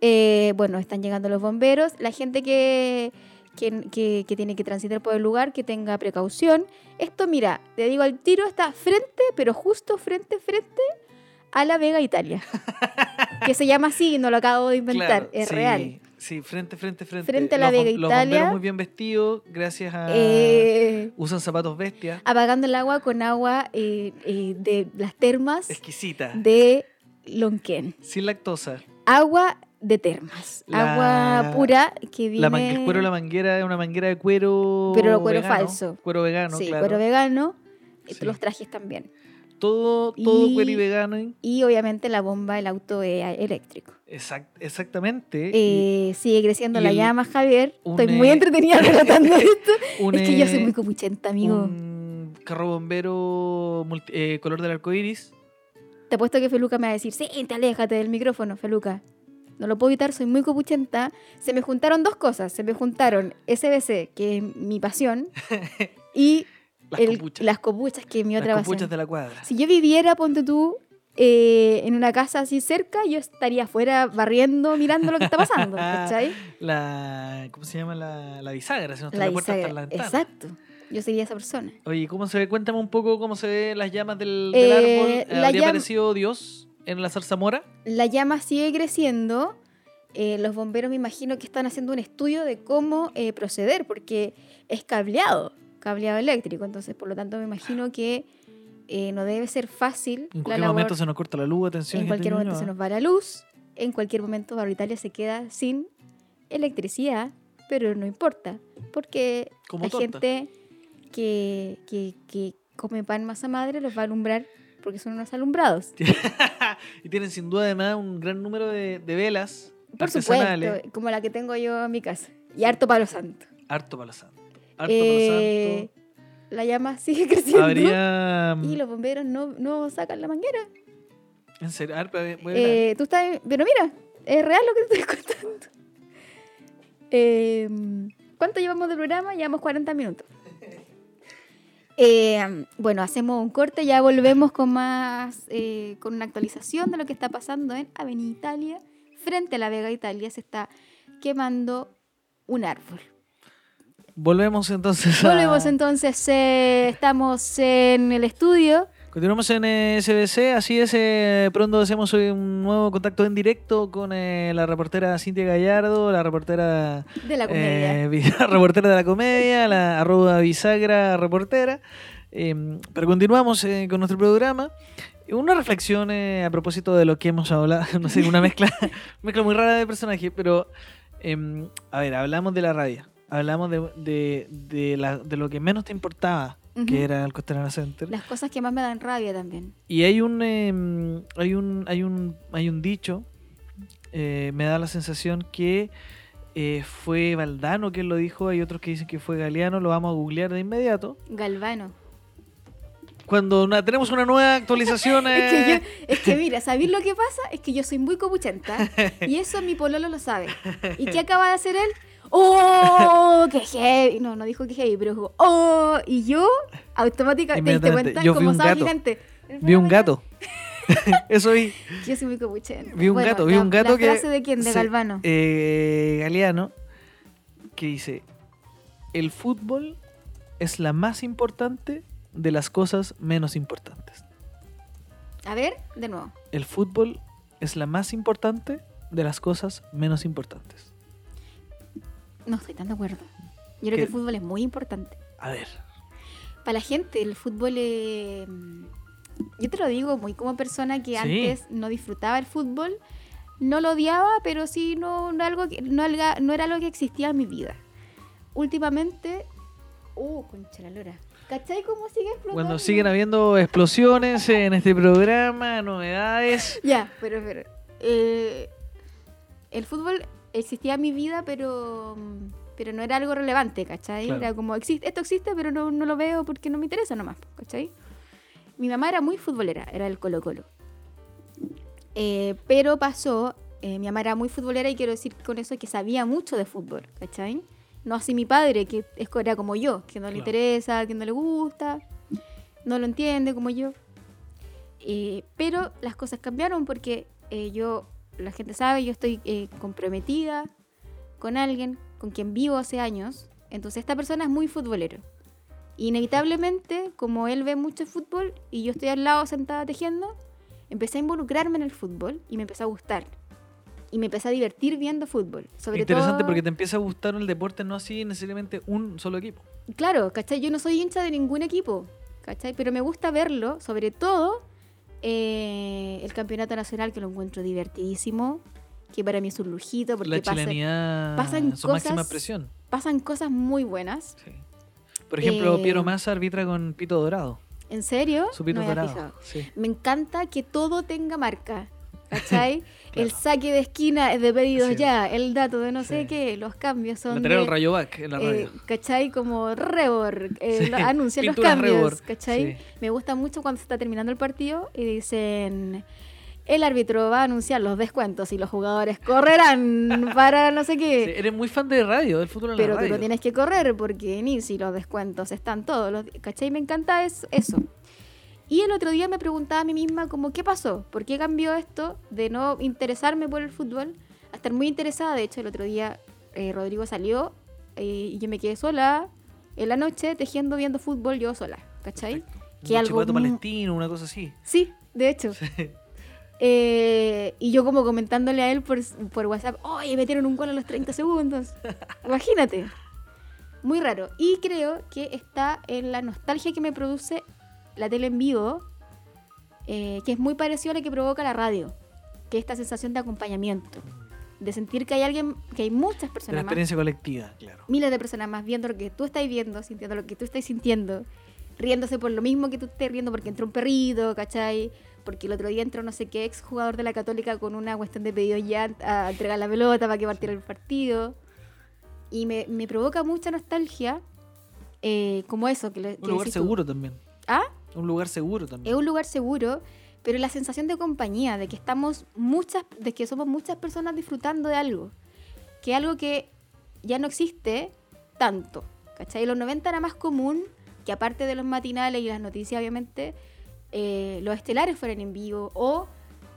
Speaker 1: Eh, bueno, están llegando los bomberos. La gente que, que, que- que tiene que transitar por el lugar, que tenga precaución. Esto, mira, te digo al tiro, está frente, pero justo frente, frente a la Vega
Speaker 2: (laughs)
Speaker 1: Italia. que se llama así, no lo acabo de inventar,
Speaker 2: Claro,
Speaker 1: es
Speaker 2: sí,
Speaker 1: real.
Speaker 2: Sí, frente, frente, frente.
Speaker 1: Frente a la
Speaker 2: Los bom-
Speaker 1: Vega
Speaker 2: Los
Speaker 1: Italia.
Speaker 2: bomberos muy bien vestidos, gracias a.
Speaker 1: Eh,
Speaker 2: Usan zapatos bestias.
Speaker 1: apagando el agua con agua eh, eh, de las termas
Speaker 2: Exquisita.
Speaker 1: de Lonquén.
Speaker 2: Sin lactosa.
Speaker 1: Agua de termas.
Speaker 2: La-
Speaker 1: agua pura que viene...
Speaker 2: La mangue- el cuero de la manguera es una manguera de cuero.
Speaker 1: Pero cuero
Speaker 2: vegano,
Speaker 1: falso.
Speaker 2: Cuero vegano,
Speaker 1: sí,
Speaker 2: claro.
Speaker 1: cuero vegano. eh,
Speaker 2: Sí.
Speaker 1: Los trajes también.
Speaker 2: Todo, todo
Speaker 1: Y-
Speaker 2: cuero y vegano.
Speaker 1: Y obviamente la bomba, el auto eh, eléctrico.
Speaker 2: Exact- exactamente. y
Speaker 1: Eh, sigue creciendo
Speaker 2: y
Speaker 1: la
Speaker 2: el-
Speaker 1: llama, Javier.
Speaker 2: un,
Speaker 1: Estoy muy
Speaker 2: eh, (laughs)
Speaker 1: entretenida relatando esto.
Speaker 2: un,
Speaker 1: es que yo soy
Speaker 2: eh,
Speaker 1: muy copuchenta, amigo.
Speaker 2: Un carro bombero multi- eh, color del arco iris.
Speaker 1: Te apuesto que Feluca me va a decir, sí, te aléjate del micrófono, Feluca. No lo puedo evitar, soy muy copuchenta. Se me juntaron dos cosas. Se me juntaron SBC, que es mi
Speaker 2: (laughs)
Speaker 1: pasión, y
Speaker 2: Las
Speaker 1: el-
Speaker 2: copuchas.
Speaker 1: las copuchas, que es mi
Speaker 2: Las
Speaker 1: otra
Speaker 2: copuchas
Speaker 1: pasión.
Speaker 2: de la cuadra.
Speaker 1: Si yo viviera, ponte tú, eh, en una casa así cerca, yo estaría afuera barriendo, mirando lo que está
Speaker 2: (laughs)
Speaker 1: pasando, ¿cachai?
Speaker 2: La, ¿Cómo se llama? La, la bisagra. Si no está
Speaker 1: La
Speaker 2: la, puerta, está
Speaker 1: bisagra.
Speaker 2: la ventana.
Speaker 1: Exacto. Yo sería esa persona.
Speaker 2: Oye, ¿cómo se ve? Cuéntame un poco cómo se ve las llamas del, del
Speaker 1: Eh,
Speaker 2: árbol.
Speaker 1: la
Speaker 2: ¿Habría
Speaker 1: llam-
Speaker 2: aparecido Dios en la zarzamora?
Speaker 1: La llama sigue creciendo. eh, los bomberos me imagino que están haciendo un estudio de cómo eh, proceder, porque es cableado, cableado eléctrico. Entonces, por lo tanto, me imagino que eh, no debe ser fácil.
Speaker 2: En
Speaker 1: la
Speaker 2: cualquier
Speaker 1: labor.
Speaker 2: momento se nos corta la luz,
Speaker 1: en
Speaker 2: atención. gente
Speaker 1: cualquier
Speaker 2: de
Speaker 1: momento
Speaker 2: Ñuñoa.
Speaker 1: se nos va la luz. En cualquier momento Barrio Italia se queda sin electricidad, pero no importa, porque
Speaker 2: Como
Speaker 1: la
Speaker 2: torta.
Speaker 1: gente que, que, que come pan masa madre los va a alumbrar porque son unos alumbrados.
Speaker 2: y tienen sin duda además un gran número de, de velas
Speaker 1: Por
Speaker 2: artesanales.
Speaker 1: supuesto, como la que tengo yo en mi casa. Y harto palo santo.
Speaker 2: Harto para santo. Harto
Speaker 1: Eh, (laughs)
Speaker 2: para
Speaker 1: La llama sigue (laughs)
Speaker 2: santo.
Speaker 1: creciendo.
Speaker 2: Habría.
Speaker 1: Y los bomberos no, no sacan la manguera.
Speaker 2: En serio, a ver, voy a- voy a ver.
Speaker 1: Eh, tú estás. Pero mira, es real lo que te estoy (laughs) contando. Eh, ¿Cuánto llevamos de programa? Llevamos 40 minutos. Eh, bueno, hacemos un corte, ya volvemos con más, eh, con una actualización de lo que está pasando en Avenida Italia, frente a la Vega Italia, se está quemando un árbol.
Speaker 2: Volvemos entonces. a-
Speaker 1: Volvemos entonces, eh, estamos en el estudio.
Speaker 2: Continuamos en eh, SBC, así es, eh, pronto hacemos un nuevo contacto en directo con eh, la reportera Cintia Gallardo, la reportera,
Speaker 1: De la comedia.
Speaker 2: (laughs) eh, vi- reportera de la comedia, la arroba bisagra reportera, Em, pero continuamos eh, con nuestro programa. Una reflexión eh, a propósito de lo que hemos hablado, (laughs) no sé,
Speaker 1: (laughs)
Speaker 2: una mezcla, mezcla muy rara de personajes, pero em, a ver, hablamos de la rabia, hablamos de, de, de la- de lo que menos te importaba,
Speaker 1: Ujú.
Speaker 2: que era el Costanera Center.
Speaker 1: Las cosas que más me dan rabia también.
Speaker 2: Y hay un, em, hay un, hay un, hay un dicho, eh, me da la sensación que eh, fue Valdano quien lo dijo, hay otros que dicen que fue Galeano, lo vamos a googlear de inmediato.
Speaker 1: Galvano.
Speaker 2: Cuando una- tenemos una nueva actualización...
Speaker 1: (laughs) Es que,
Speaker 2: eh,
Speaker 1: yo- es que mira, ¿sabéis lo que pasa? Es que yo soy muy copuchenta y eso mi pololo lo sabe. ¿Y qué acaba de hacer él? ¡Oh! ¡Qué heavy! No, no dijo que heavy, pero dijo ¡Oh! Y yo automáticamente, ¿te diste
Speaker 2: Inmediatamente,
Speaker 1: cuenta?
Speaker 2: yo vi
Speaker 1: como
Speaker 2: un
Speaker 1: estaba
Speaker 2: gato.
Speaker 1: gigante.
Speaker 2: Vi un gato. (laughs) Eso vi.
Speaker 1: Yo soy muy copuchenta.
Speaker 2: Vi un
Speaker 1: Bueno,
Speaker 2: gato, vi
Speaker 1: la-
Speaker 2: un gato
Speaker 1: la
Speaker 2: que...
Speaker 1: frase de quién? De
Speaker 2: sí,
Speaker 1: Galvano.
Speaker 2: eh, Galeano, que dice, el fútbol es la más importante de las cosas menos importantes.
Speaker 1: A ver, de nuevo.
Speaker 2: El fútbol es la más importante de las cosas menos importantes.
Speaker 1: No estoy tan de acuerdo. Yo creo
Speaker 2: ¿Qué?
Speaker 1: que el fútbol es muy importante.
Speaker 2: A ver.
Speaker 1: Para la gente, el fútbol eh, Yo te lo digo muy como persona que
Speaker 2: Sí.
Speaker 1: antes no disfrutaba el fútbol, no lo odiaba, pero sí no, no algo que, no, alga- no era algo que existía en mi vida. Últimamente... ¡Uh, concha la lora! ¿Cachai cómo sigue explotando?
Speaker 2: Cuando siguen habiendo explosiones en este programa, novedades.
Speaker 1: (laughs) Ya, pero, pero... eh, el fútbol existía en mi vida, pero... mm, Pero no era algo relevante, ¿cachai?
Speaker 2: Claro.
Speaker 1: Era como, existe, esto existe, pero no, no lo veo porque no me interesa nomás, ¿cachai? Mi mamá era muy futbolera, era el Colo Colo. Eh, pero pasó, eh, mi mamá era muy futbolera y quiero decir con eso que sabía mucho de fútbol, ¿cachai? No así mi padre, que es- era como yo, que no le
Speaker 2: Claro.
Speaker 1: interesa, que no le gusta, no lo entiende como yo. Eh, pero las cosas cambiaron porque eh, yo, la gente sabe, yo estoy eh, comprometida con alguien con quien vivo hace años. Entonces esta persona es muy futbolero. Inevitablemente, como él ve mucho fútbol y yo estoy al lado sentada tejiendo, empecé a involucrarme en el fútbol y me empezó a gustar. Y me empecé a divertir viendo fútbol. Sobre
Speaker 2: Interesante
Speaker 1: todo-
Speaker 2: porque te empieza a gustar el deporte, no así necesariamente un solo equipo.
Speaker 1: Claro, ¿cachai? Yo no soy hincha de ningún equipo, ¿cachai? Pero me gusta verlo, sobre todo eh, el campeonato nacional, que lo encuentro divertidísimo, que para mí es un lujito, porque
Speaker 2: la
Speaker 1: pasa-
Speaker 2: chilenidad
Speaker 1: pasan
Speaker 2: en su máxima
Speaker 1: cosas-
Speaker 2: expresión.
Speaker 1: pasan cosas muy buenas.
Speaker 2: Sí. Por ejemplo,
Speaker 1: Eh,
Speaker 2: Piero Massa arbitra con Pito Dorado.
Speaker 1: ¿En serio?
Speaker 2: Su Pito
Speaker 1: No me había
Speaker 2: Dorado.
Speaker 1: fijado.
Speaker 2: Sí.
Speaker 1: Me encanta que todo tenga marca. ¿Cachai? El
Speaker 2: (laughs) Claro.
Speaker 1: saque de esquina es de pedidos
Speaker 2: Sí.
Speaker 1: ya, el dato de no
Speaker 2: Sí.
Speaker 1: sé qué, los cambios son.
Speaker 2: Lateral
Speaker 1: de,
Speaker 2: Rayovac en la
Speaker 1: eh,
Speaker 2: radio.
Speaker 1: ¿Cachai? Como Rebor, eh,
Speaker 2: (laughs) Sí,
Speaker 1: lo- anuncian los
Speaker 2: pinturas
Speaker 1: cambios,
Speaker 2: Rebor,
Speaker 1: ¿cachai?
Speaker 2: sí.
Speaker 1: Me gusta mucho cuando se está terminando el partido y dicen, el árbitro va a anunciar los descuentos y los jugadores
Speaker 2: (laughs)
Speaker 1: correrán para no sé
Speaker 2: Sí,
Speaker 1: qué.
Speaker 2: eres muy fan de radio, del fútbol en
Speaker 1: Pero
Speaker 2: la
Speaker 1: tú
Speaker 2: radio.
Speaker 1: no tienes que correr porque ni si los descuentos están todos, los, di- ¿cachai? Me encanta es, eso. Y el otro día me preguntaba a mí misma como, ¿qué pasó? ¿Por qué cambió esto de no interesarme por el fútbol a estar muy interesada? De hecho, el otro día eh, Rodrigo salió eh, y yo me quedé sola en la noche tejiendo, viendo fútbol yo sola, ¿cachai?
Speaker 2: Perfecto.
Speaker 1: que
Speaker 2: Un
Speaker 1: algo
Speaker 2: chivato
Speaker 1: mu-
Speaker 2: palestino, una cosa así.
Speaker 1: Sí, de hecho. Eh, y yo como comentándole a él por, por WhatsApp, oye, metieron un gol a los 30 segundos. Imagínate. Muy raro. Y creo que está en la nostalgia que me produce la tele en vivo, eh, que es muy parecido a la que provoca la radio, que es esta sensación de acompañamiento, de sentir que hay alguien, que hay muchas
Speaker 2: De la
Speaker 1: personas más
Speaker 2: experiencia colectiva, claro.
Speaker 1: miles de personas más viendo lo que tú estás viendo, sintiendo lo que tú estás sintiendo, riéndose por lo mismo que tú estés riendo porque entró un perrito, ¿cachai? Porque el otro día entró no sé qué ex jugador de la Católica con una cuestión de pedido ya a entregar la pelota para que partiera el partido. Y me, me provoca mucha nostalgia, eh, como eso. Que, le- que
Speaker 2: Un lugar
Speaker 1: decís tú.
Speaker 2: seguro también.
Speaker 1: ¿Ah?
Speaker 2: Un lugar seguro también.
Speaker 1: Es un lugar seguro, pero la sensación de compañía, de que estamos muchas, de que somos muchas personas disfrutando de algo, que es algo que ya no existe tanto. ¿Cachai? Los 90 era más común que aparte de los matinales y las noticias, obviamente, eh, los estelares fueran en vivo o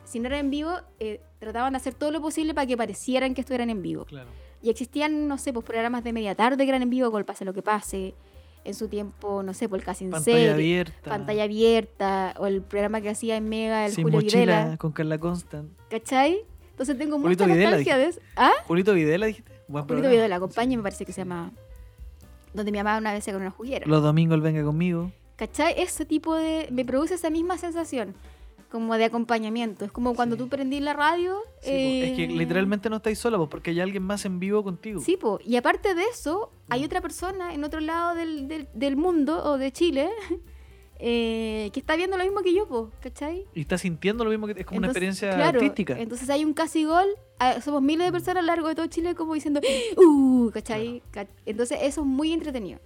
Speaker 1: si no eran en vivo, eh, trataban de hacer todo lo posible para que parecieran que estuvieran en vivo.
Speaker 2: Claro.
Speaker 1: Y existían, no sé, pues programas de media tarde que eran en vivo, con el pase lo que pase. En su tiempo, no sé, por el casi en
Speaker 2: Pantalla
Speaker 1: serie
Speaker 2: abierta.
Speaker 1: pantalla abierta o el programa que hacía en Mega el
Speaker 2: Sin
Speaker 1: Julio
Speaker 2: mochila,
Speaker 1: Videla,
Speaker 2: con Carla Constant.
Speaker 1: ¿cachai? Entonces tengo
Speaker 2: Julito
Speaker 1: mucha
Speaker 2: Videla,
Speaker 1: nostalgia de eso. ¿Ah?
Speaker 2: Julito Videla, dijiste. Buen
Speaker 1: Julito
Speaker 2: programa.
Speaker 1: Videla, acompaña, me parece que se llama. Donde mi mamá una vez se ganó una juguera.
Speaker 2: Los domingos el venga conmigo.
Speaker 1: ¿Cachai? Ese tipo de... Me produce esa misma sensación, como de acompañamiento. Es como cuando
Speaker 2: Sí.
Speaker 1: tú prendí la radio...
Speaker 2: Sí, po. Es que
Speaker 1: eh,
Speaker 2: literalmente no estáis sola, pues, porque hay alguien más en vivo contigo.
Speaker 1: Sí, po. y aparte de eso,
Speaker 2: Mm.
Speaker 1: hay otra persona en otro lado del, del- del mundo o de Chile (laughs) eh, que está viendo lo mismo que yo, po, ¿cachai?
Speaker 2: Y estás sintiendo lo mismo que es como una
Speaker 1: Entonces,
Speaker 2: experiencia
Speaker 1: claro,
Speaker 2: artística.
Speaker 1: Entonces hay un casi gol, ah, somos miles de personas a lo largo de todo Chile como
Speaker 2: (laughs)
Speaker 1: diciendo, ¡uh! ¿cachai? Ca- Entonces eso es muy entretenido.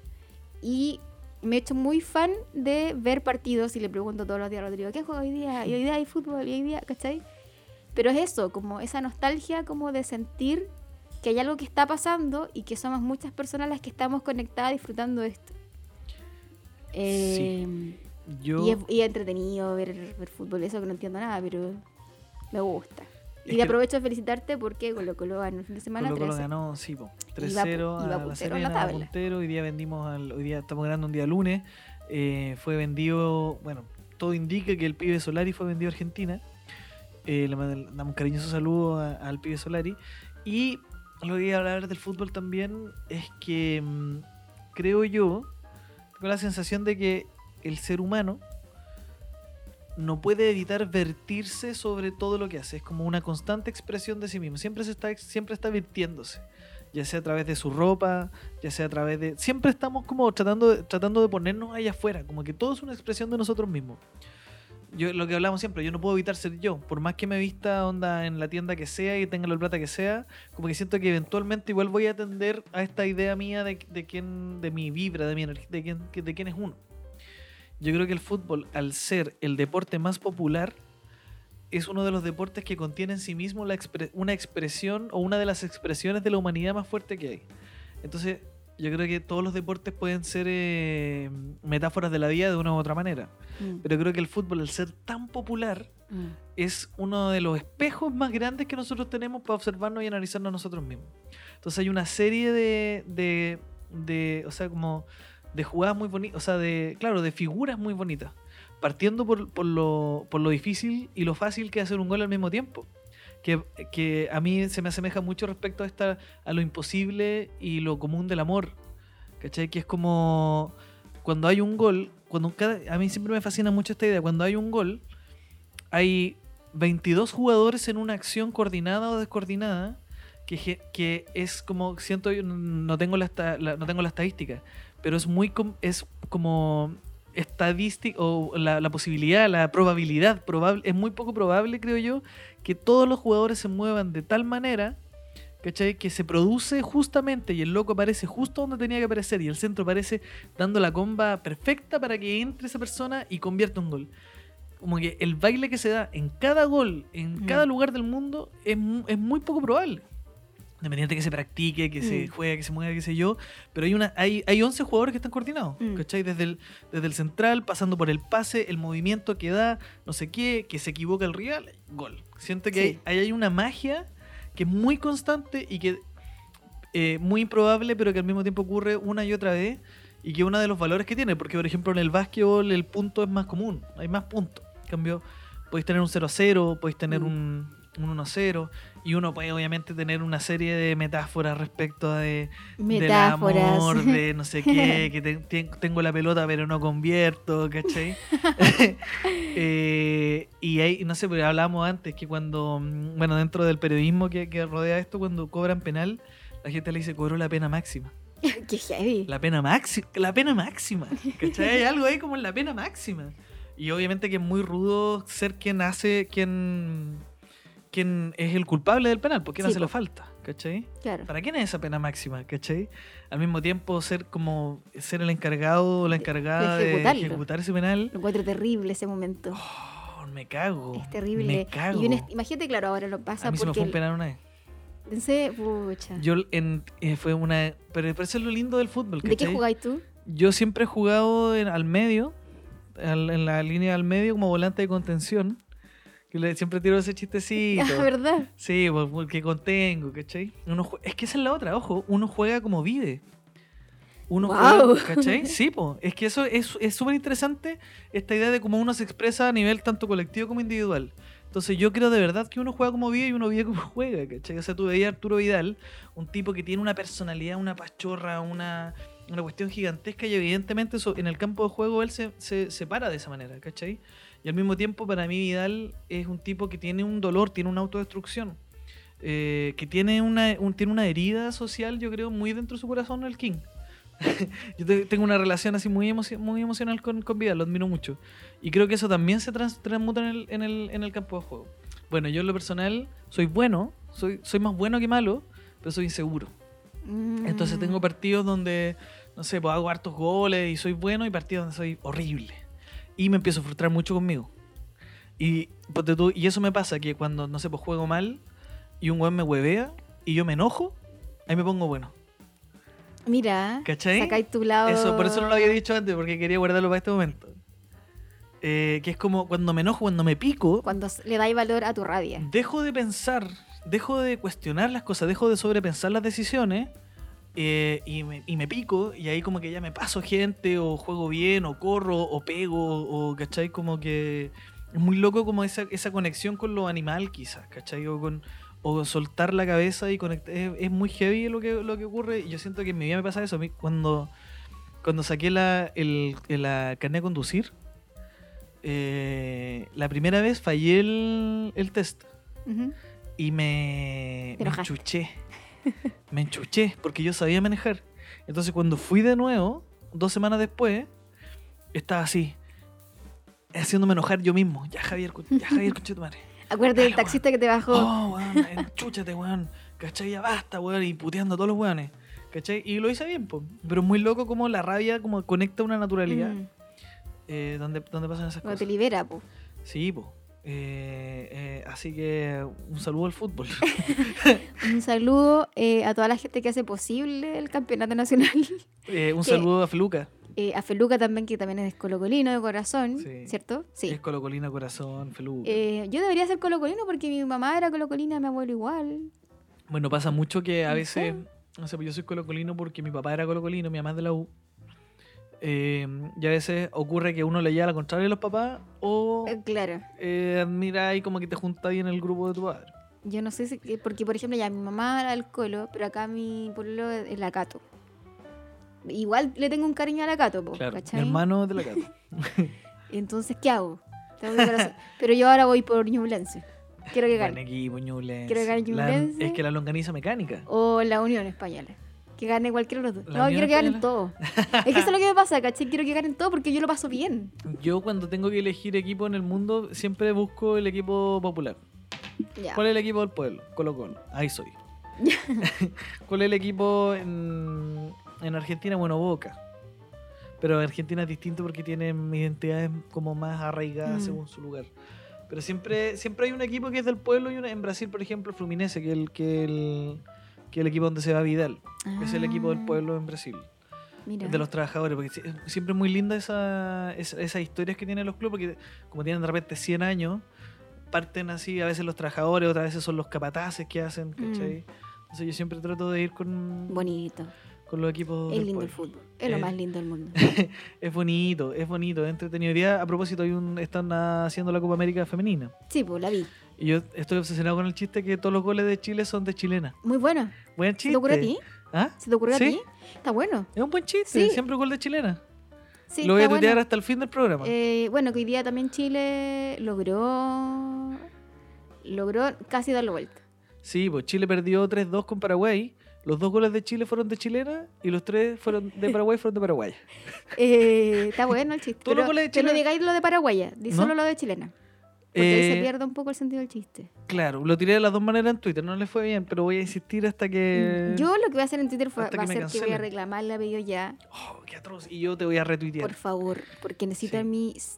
Speaker 1: Y me he hecho muy fan de ver partidos y le pregunto todos los días a Rodrigo, ¿qué juega hoy día? Y hoy día hay fútbol, y hoy día, ¿cachai? Pero es eso, como esa nostalgia como de sentir que hay algo que está pasando y que somos muchas personas las que estamos conectadas disfrutando esto. Em,
Speaker 2: Yo,
Speaker 1: y es, y es entretenido ver, ver fútbol, eso que no entiendo nada, pero me gusta.
Speaker 2: Es
Speaker 1: Y
Speaker 2: que-
Speaker 1: aprovecho de felicitarte porque Colo Colo ganó el fin de semana
Speaker 2: Colo Colo
Speaker 1: 13.
Speaker 2: ganó, sí, po.
Speaker 1: Iba-
Speaker 2: 3-0
Speaker 1: iba
Speaker 2: a
Speaker 1: puntero
Speaker 2: la
Speaker 1: en la
Speaker 2: Serena,
Speaker 1: tabla.
Speaker 2: puntero. Hoy día vendimos, al- hoy día estamos ganando un día lunes. Eh, fue vendido, bueno, todo indica que el pibe Solari fue vendido a Argentina. Eh, le mand- damos un cariñoso saludo a- al pibe Solari. Y lo que iba a hablar del fútbol también es que mm, creo yo, tengo la sensación de que el ser humano no puede evitar vertirse sobre todo lo que hace. Es como una constante expresión de sí mismo. Siempre, se está, siempre está virtiéndose. Ya sea a través de su ropa, ya sea a través de... Siempre estamos como tratando de, tratando de ponernos allá afuera. Como que todo es una expresión de nosotros mismos. Yo, lo que hablamos siempre, yo no puedo evitar ser yo. Por más que me vista onda en la tienda que sea y tenga la plata que sea, como que siento que eventualmente igual voy a atender a esta idea mía de, de quién, de mi vibra, de mi energía, de quién, de quién es uno. Yo creo que el fútbol, al ser el deporte más popular, es uno de los deportes que contiene en sí mismo la expre- una expresión o una de las expresiones de la humanidad más fuerte que hay. Entonces, yo creo que todos los deportes pueden ser eh, metáforas de la vida de una u otra manera.
Speaker 1: Mm,
Speaker 2: Pero creo que el fútbol, al ser tan popular,
Speaker 1: mm.
Speaker 2: es uno de los espejos más grandes que nosotros tenemos para observarnos y analizarnos a nosotros mismos. Entonces hay una serie de, de, de, o sea, como de jugadas muy bonitas, o sea, de, claro, de figuras muy bonitas, partiendo por, por, lo, por lo difícil y lo fácil que es hacer un gol al mismo tiempo. Que, que a mí se me asemeja mucho respecto a, esta, a lo imposible y lo común del amor. ¿Cachai? Que es como cuando hay un gol, cuando cada, a mí siempre me fascina mucho esta idea, cuando hay un gol, hay 22 jugadores en una acción coordinada o descoordinada que, ge- que es como siento yo no tengo la, esta- la- no tengo la estadística pero es muy com- es como estadística o la, la posibilidad la probabilidad probable es muy poco probable creo yo que todos los jugadores se muevan de tal manera ¿Cachai? Que se produce justamente y el loco aparece justo donde tenía que aparecer y el centro aparece dando la comba perfecta para que entre esa persona y convierta un gol como que el baile que se da en cada gol, en
Speaker 1: Mm.
Speaker 2: cada lugar del mundo, es, mu- es muy poco probable. Independiente que se practique, que se
Speaker 1: Mm.
Speaker 2: juegue, que se mueva, qué sé yo. Pero hay, una, hay, hay 11 jugadores que están coordinados,
Speaker 1: Mm.
Speaker 2: ¿cachai? Desde el, desde el central, pasando por el pase, el movimiento que da, no sé qué, que se equivoca el rival, gol. Siento que
Speaker 1: Sí.
Speaker 2: hay, ahí hay una magia que es muy constante y que eh, muy improbable, pero que al mismo tiempo ocurre una y otra vez y que uno de los valores que tiene, porque por ejemplo en el básquetbol el punto es más común, hay más puntos. En cambio, podéis tener un 0-0, podéis tener
Speaker 1: Mm.
Speaker 2: un, un 1-0 y uno puede obviamente tener una serie de metáforas respecto de, del
Speaker 1: Metáforas.
Speaker 2: amor, de no sé qué, que te- te- tengo la pelota pero no convierto,
Speaker 1: (laughs)
Speaker 2: ¿cachai? (laughs) Eh, y ahí, no sé, pero hablábamos antes que cuando, mm, bueno, dentro del periodismo que, que rodea esto, cuando cobran penal, la gente le dice cobró la pena máxima.
Speaker 1: (laughs) Qué heavy.
Speaker 2: La pena máxima, la pena máxima, ¿cachai? Hay algo ahí como en la pena máxima. Y obviamente que es muy rudo ser quien hace, quien, quien es el culpable del penal, porque quien
Speaker 1: Sí,
Speaker 2: hace
Speaker 1: po.
Speaker 2: la falta, ¿cachai?
Speaker 1: Claro.
Speaker 2: ¿Para quién es esa pena máxima? ¿Cachai? Al mismo tiempo ser como ser el encargado o la encargada de,
Speaker 1: ejecutarlo.
Speaker 2: ejecutar ese penal.
Speaker 1: Lo encuentro terrible ese momento.
Speaker 2: Oh, me cago.
Speaker 1: es terrible.
Speaker 2: Me cago.
Speaker 1: Y un est- imagínate, claro, ahora lo pasa
Speaker 2: a mí se me
Speaker 1: porque
Speaker 2: fue un penal una vez.
Speaker 1: el- pensé, pucha.
Speaker 2: Yo en, eh, fue una. Pero, pero eso es lo lindo del fútbol.
Speaker 1: ¿De qué
Speaker 2: ¿cachai?
Speaker 1: jugáis tú?
Speaker 2: Yo siempre he jugado en- al medio, al- en la línea al medio, como volante de contención. Que le, siempre tiro ese chistecito.
Speaker 1: (laughs) Ah, ¿verdad?
Speaker 2: Sí, por- porque contengo, ¿cachai? Uno jue- es que esa es la otra, ojo, uno juega como vive. Uno
Speaker 1: Guau.
Speaker 2: juega, ¿cachai? Sí, po. es que eso es es súper interesante, esta idea de cómo uno se expresa a nivel tanto colectivo como individual. Entonces yo creo de verdad que uno juega como vive y uno vive como (laughs) juega, ¿cachai? O sea, tú veías a Arturo Vidal, un tipo que tiene una personalidad, una pachorra, una, una cuestión gigantesca y evidentemente eso, en el campo de juego él se, se separa de esa manera, ¿cachai? Y al mismo tiempo para mí Vidal es un tipo que tiene un dolor, tiene una autodestrucción, eh, que tiene una, un- tiene una herida social, yo creo, muy dentro de su corazón, el King. (laughs) yo te- tengo una relación así muy, emocio- muy emocional con, con Vidal, lo admiro mucho. Y creo que eso también se trans- transmuta en el, en, el, en el campo de juego. Bueno, yo en lo personal soy bueno, soy, soy más bueno que malo, pero soy inseguro.
Speaker 1: Mm.
Speaker 2: Entonces tengo partidos donde, no sé, pues hago hartos goles y soy bueno y partidos donde soy horrible. Y me empiezo a frustrar mucho conmigo. Y, ponte tú, y eso me pasa que cuando, no sé, pues juego mal y un weón me huevea y yo me enojo, ahí me pongo bueno.
Speaker 1: Mira,
Speaker 2: ¿Cachai?
Speaker 1: sacáis tu lado.
Speaker 2: Eso, por eso no lo había dicho antes, porque quería guardarlo para este momento. Eh, que es como cuando me enojo, cuando me pico,
Speaker 1: Cuando s- le dais valor a tu rabia.
Speaker 2: dejo de pensar, dejo de cuestionar las cosas, dejo de sobrepensar las decisiones eh, y, me, y me pico y ahí como que ya me paso gente o juego bien o corro o pego o, ¿cachai? Como que es muy loco como esa, esa conexión con lo animal quizás, ¿cachai? O con o soltar la cabeza y conectar. Es, es muy heavy lo que, lo que ocurre y yo siento que en mi vida me pasa eso. A mí Cuando, cuando saqué la, el, el- la carnet de conducir, eh, la primera vez fallé el, el test. Mm.
Speaker 1: Ujú.
Speaker 2: Y me,
Speaker 1: Te
Speaker 2: me
Speaker 1: enojaste.
Speaker 2: enchuché. Me enchuché porque yo sabía manejar. Entonces cuando fui de nuevo, dos semanas después, estaba así, haciéndome enojar yo mismo. Ya Javier, cu- ya Javier,
Speaker 1: (laughs)
Speaker 2: concha tu madre.
Speaker 1: Acuérdate del
Speaker 2: Dale,
Speaker 1: taxista que te bajó. Mm.
Speaker 2: Oh, weón, enchúchate, weón. ¿Cachai? Ya basta, weón. Y puteando a todos los weones. ¿Cachai? Y lo hice bien, po. Pero es muy loco como la rabia como conecta una naturalidad
Speaker 1: Mm,
Speaker 2: eh, donde, donde pasan esas
Speaker 1: cuando te
Speaker 2: cosas.
Speaker 1: libera, po.
Speaker 2: Sí, po. Eh, eh, así que un saludo
Speaker 1: (laughs)
Speaker 2: al fútbol.
Speaker 1: Un saludo eh, a toda la gente que hace posible el campeonato nacional. (laughs)
Speaker 2: Eh, un
Speaker 1: Que-
Speaker 2: saludo a Feluca.
Speaker 1: Eh, a Feluca también, que también es colocolino de corazón,
Speaker 2: Sí.
Speaker 1: ¿cierto? Sí.
Speaker 2: Es Colocolina Corazón, Feluca.
Speaker 1: Eh, yo debería ser colocolino porque mi mamá era colocolina, mi abuelo igual.
Speaker 2: bueno, pasa mucho que a
Speaker 1: no
Speaker 2: veces, no sé, pues yo soy colocolino porque mi papá era colocolino, mi mamá es de la U. Eh, y a veces ocurre que uno le lleva la contraria a los papás o
Speaker 1: Eh, claro.
Speaker 2: eh, admira y como que te junta ahí en el grupo de tu padre.
Speaker 1: Yo no sé si, eh, porque por ejemplo ya mi mamá era el colo, pero acá mi pueblo es la Cato. Igual le tengo un cariño a la Cato, po,
Speaker 2: Mi
Speaker 1: Oh, ¿cachai?
Speaker 2: hermano es de la casa.
Speaker 1: Entonces, ¿qué hago? Tengo que corazón- pero yo ahora voy por Ñublense. (laughs) Quiero que
Speaker 2: Buen
Speaker 1: gane.
Speaker 2: equipo, Ñublense.
Speaker 1: Quiero ganar
Speaker 2: La-
Speaker 1: Ñublense.
Speaker 2: Es que la longaniza mecánica.
Speaker 1: O la Unión Española. Que gane cualquiera de los dos.
Speaker 2: La
Speaker 1: No,
Speaker 2: Unión
Speaker 1: quiero que ganen
Speaker 2: Española.
Speaker 1: todo.
Speaker 2: (laughs)
Speaker 1: Es que eso es lo que me pasa, ¿cachai? Quiero que ganen todo porque yo lo paso bien.
Speaker 2: Yo cuando tengo que elegir equipo en el mundo, siempre busco el equipo popular.
Speaker 1: Ya.
Speaker 2: ¿Cuál es el equipo del pueblo? Colo Colo. Ahí soy.
Speaker 1: (laughs)
Speaker 2: ¿Cuál es el equipo en, en Argentina? Bueno, Boca. Pero Argentina es distinto porque tienen identidades como más arraigadas
Speaker 1: Mm.
Speaker 2: según su lugar. Pero siempre, siempre hay un equipo que es del pueblo y una, en Brasil, por ejemplo, el Fluminense, que el, que el, que el equipo donde se va Vidal. que Es el equipo del
Speaker 1: Ah,
Speaker 2: pueblo en Brasil.
Speaker 1: Mira.
Speaker 2: De los trabajadores, porque sie- siempre es muy linda esa, esa- esas historias que tienen los clubes, porque como tienen de repente 100 años, parten así, a veces los trabajadores, otras veces son los capataces que hacen,
Speaker 1: Mm.
Speaker 2: ¿cachai? Entonces yo siempre trato de ir con,
Speaker 1: Bonito.
Speaker 2: con los equipos.
Speaker 1: Es
Speaker 2: del
Speaker 1: lindo el
Speaker 2: pueblo.
Speaker 1: fútbol. Es lo
Speaker 2: Eh,
Speaker 1: más lindo del mundo.
Speaker 2: Es bonito, es bonito, es entretenido. Hoy día, a propósito, hay un, están haciendo la Copa América femenina.
Speaker 1: Sí, pues la vi.
Speaker 2: Y yo estoy obsesionado con el chiste que todos los goles de Chile son de chilena.
Speaker 1: Muy bueno.
Speaker 2: Buen
Speaker 1: ¿Se
Speaker 2: chiste.
Speaker 1: te ocurrió a ti?
Speaker 2: ¿Ah?
Speaker 1: ¿Se te ocurrió
Speaker 2: Sí.
Speaker 1: a ti? Está bueno.
Speaker 2: Es un buen chiste,
Speaker 1: Sí.
Speaker 2: siempre gol de chilena.
Speaker 1: Sí,
Speaker 2: Lo voy a
Speaker 1: está
Speaker 2: tuitear
Speaker 1: bueno.
Speaker 2: hasta el fin del programa.
Speaker 1: Eh, bueno, que hoy día también Chile logró. Logró casi dar la vuelta.
Speaker 2: Sí, pues Chile perdió 3-2 con Paraguay. Los dos goles de Chile fueron de chilena y los tres fueron
Speaker 1: (laughs)
Speaker 2: de Paraguay fueron de Paraguay.
Speaker 1: Eh, está bueno el chiste.
Speaker 2: Todos los
Speaker 1: Pero,
Speaker 2: goles de
Speaker 1: pero no
Speaker 2: Chile-
Speaker 1: digáis lo de Paraguaya, di
Speaker 2: ¿No?
Speaker 1: solo lo de chilena. Porque ahí
Speaker 2: Eh,
Speaker 1: se pierde un poco el sentido del chiste.
Speaker 2: Claro, lo tiré de las dos maneras en Twitter, no le fue bien, pero voy a insistir hasta que.
Speaker 1: Mm, Yo lo que voy a hacer en Twitter fue, va
Speaker 2: Mm, hasta
Speaker 1: a
Speaker 2: que me
Speaker 1: ser que voy a
Speaker 2: cancelen.
Speaker 1: reclamarle a Bello ya,
Speaker 2: Oh, qué atroz. Y yo te voy a retuitear.
Speaker 1: por favor, porque necesito
Speaker 2: Sí.
Speaker 1: mis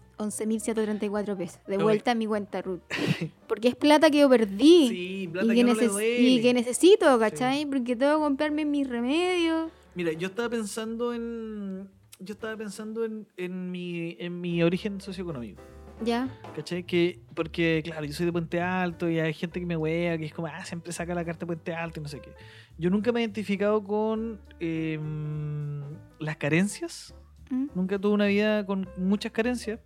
Speaker 1: 11.134 pesos de
Speaker 2: Oye.
Speaker 1: vuelta a mi cuenta Ruth.
Speaker 2: (laughs)
Speaker 1: Porque es plata que yo perdí.
Speaker 2: Sí, plata
Speaker 1: y,
Speaker 2: que,
Speaker 1: que
Speaker 2: no le
Speaker 1: neces-
Speaker 2: duele.
Speaker 1: y que necesito, ¿cachai? Porque tengo que comprarme mis remedios.
Speaker 2: Mira, yo estaba pensando en. Yo estaba pensando en, en mi, en mi origen socioeconómico.
Speaker 1: Ya.
Speaker 2: ¿Cachai? Que, porque, claro, yo soy de Puente Alto y hay gente que me huea, que es como, ah, siempre saca la carta de Puente Alto y no sé qué. Yo nunca me he identificado con eh, las carencias.
Speaker 1: Mm.
Speaker 2: Nunca tuve una vida con muchas carencias.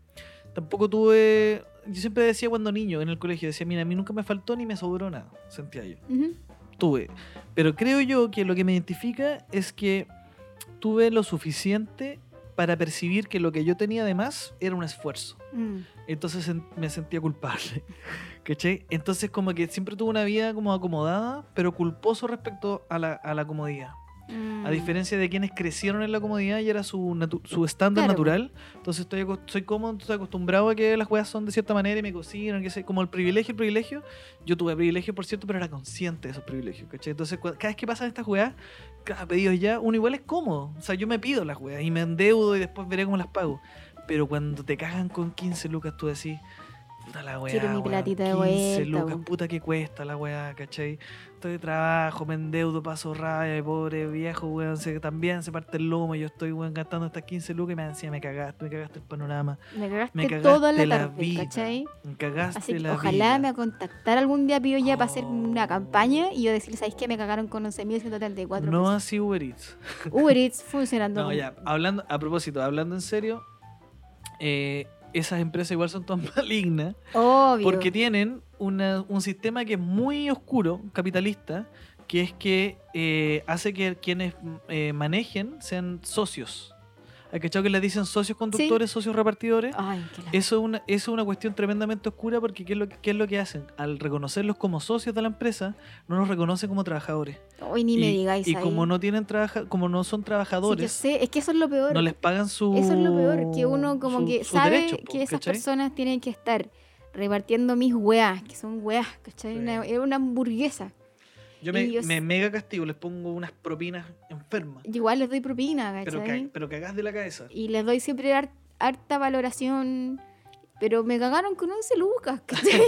Speaker 2: Tampoco tuve. Yo siempre decía cuando niño en el colegio, decía, mira, a mí nunca me faltó ni me sobró nada, sentía yo.
Speaker 1: Ujú.
Speaker 2: Tuve. Pero creo yo que lo que me identifica es que tuve lo suficiente para percibir que lo que yo tenía de más era un esfuerzo.
Speaker 1: Mm.
Speaker 2: Entonces en- me sentía culpable. (laughs) ¿Cachai? Entonces como que siempre tuve una vida como acomodada, pero culposo respecto a la, a la comodidad. A
Speaker 1: Mm.
Speaker 2: diferencia de quienes crecieron en la comodidad y era su natu- su estándar
Speaker 1: Claro.
Speaker 2: natural. Entonces estoy, acos- soy cómodo, estoy acostumbrado a que las weas son de cierta manera y me cocinan, que sé, como el privilegio, el privilegio. Yo tuve privilegio, por cierto, pero era consciente de esos privilegios, ¿cachai? Entonces cua- cada vez que pasan estas weas, cada pedidos ya, uno igual es cómodo. O sea, yo me pido las weas y me endeudo y después veré cómo las pago. Pero cuando te cagan con 15 lucas, tú decís, puta la weá,
Speaker 1: Quiero mi
Speaker 2: weón,
Speaker 1: platita de
Speaker 2: 15
Speaker 1: vuelta,
Speaker 2: lucas,
Speaker 1: po.
Speaker 2: puta que cuesta la weá, ¿cachai? Estoy de trabajo, me endeudo, paso rabia, y pobre viejo, weón, se, también se parte el lomo, yo estoy, weón, gastando estas 15 lucas y me decía, me cagaste, me cagaste el panorama,
Speaker 1: Me cagaste,
Speaker 2: me cagaste
Speaker 1: toda la
Speaker 2: la,
Speaker 1: tarde,
Speaker 2: vida,
Speaker 1: ¿cachai?
Speaker 2: me cagaste
Speaker 1: Así que
Speaker 2: la
Speaker 1: ojalá
Speaker 2: vida.
Speaker 1: me contactara algún día Pío ya para hacer
Speaker 2: Oh.
Speaker 1: una campaña y yo decirle, ¿sabéis qué? Me cagaron con 11.134
Speaker 2: No
Speaker 1: pesos.
Speaker 2: así Uber Eats.
Speaker 1: Uber Eats funcionando.
Speaker 2: No,
Speaker 1: con-
Speaker 2: ya, hablando, a propósito, hablando en serio, eh, esas empresas igual son (laughs) tan malignas
Speaker 1: Obvio.
Speaker 2: Porque tienen una- un sistema que es muy oscuro, capitalista, que es que eh, hace que quienes eh, manejen sean socios. ¿Hay cachado que les dicen socios conductores, socios repartidores?
Speaker 1: Ay, qué la-
Speaker 2: Eso es, una, eso es una cuestión tremendamente oscura porque ¿qué es, lo, que- ¿qué es lo que hacen? Al reconocerlos como socios de la empresa, no los reconocen como trabajadores.
Speaker 1: Hoy ni me digáis
Speaker 2: y
Speaker 1: ahí.
Speaker 2: como no tienen trabaja, como no
Speaker 1: Sí,
Speaker 2: son
Speaker 1: yo
Speaker 2: trabajadores,
Speaker 1: sé, es que eso es lo peor.
Speaker 2: no les pagan su
Speaker 1: Eso es lo peor, que uno como
Speaker 2: su-
Speaker 1: que
Speaker 2: sus
Speaker 1: sabe
Speaker 2: derechos, po,
Speaker 1: que esas
Speaker 2: ¿cachai?
Speaker 1: personas tienen que estar repartiendo mis weas, que son weas, ¿cachai?
Speaker 2: Sí.
Speaker 1: Una- es una hamburguesa.
Speaker 2: Yo me,
Speaker 1: y yo
Speaker 2: me
Speaker 1: s-
Speaker 2: mega castigo, les pongo unas propinas enfermas.
Speaker 1: Yo igual les doy propina,
Speaker 2: Pero,
Speaker 1: ¿cachai?
Speaker 2: ca- pero cagás de la
Speaker 1: (laughs)
Speaker 2: cabeza.
Speaker 1: Y les doy siempre har- harta valoración. Pero me cagaron con 11 lucas,
Speaker 2: (laughs)
Speaker 1: ¿cachai?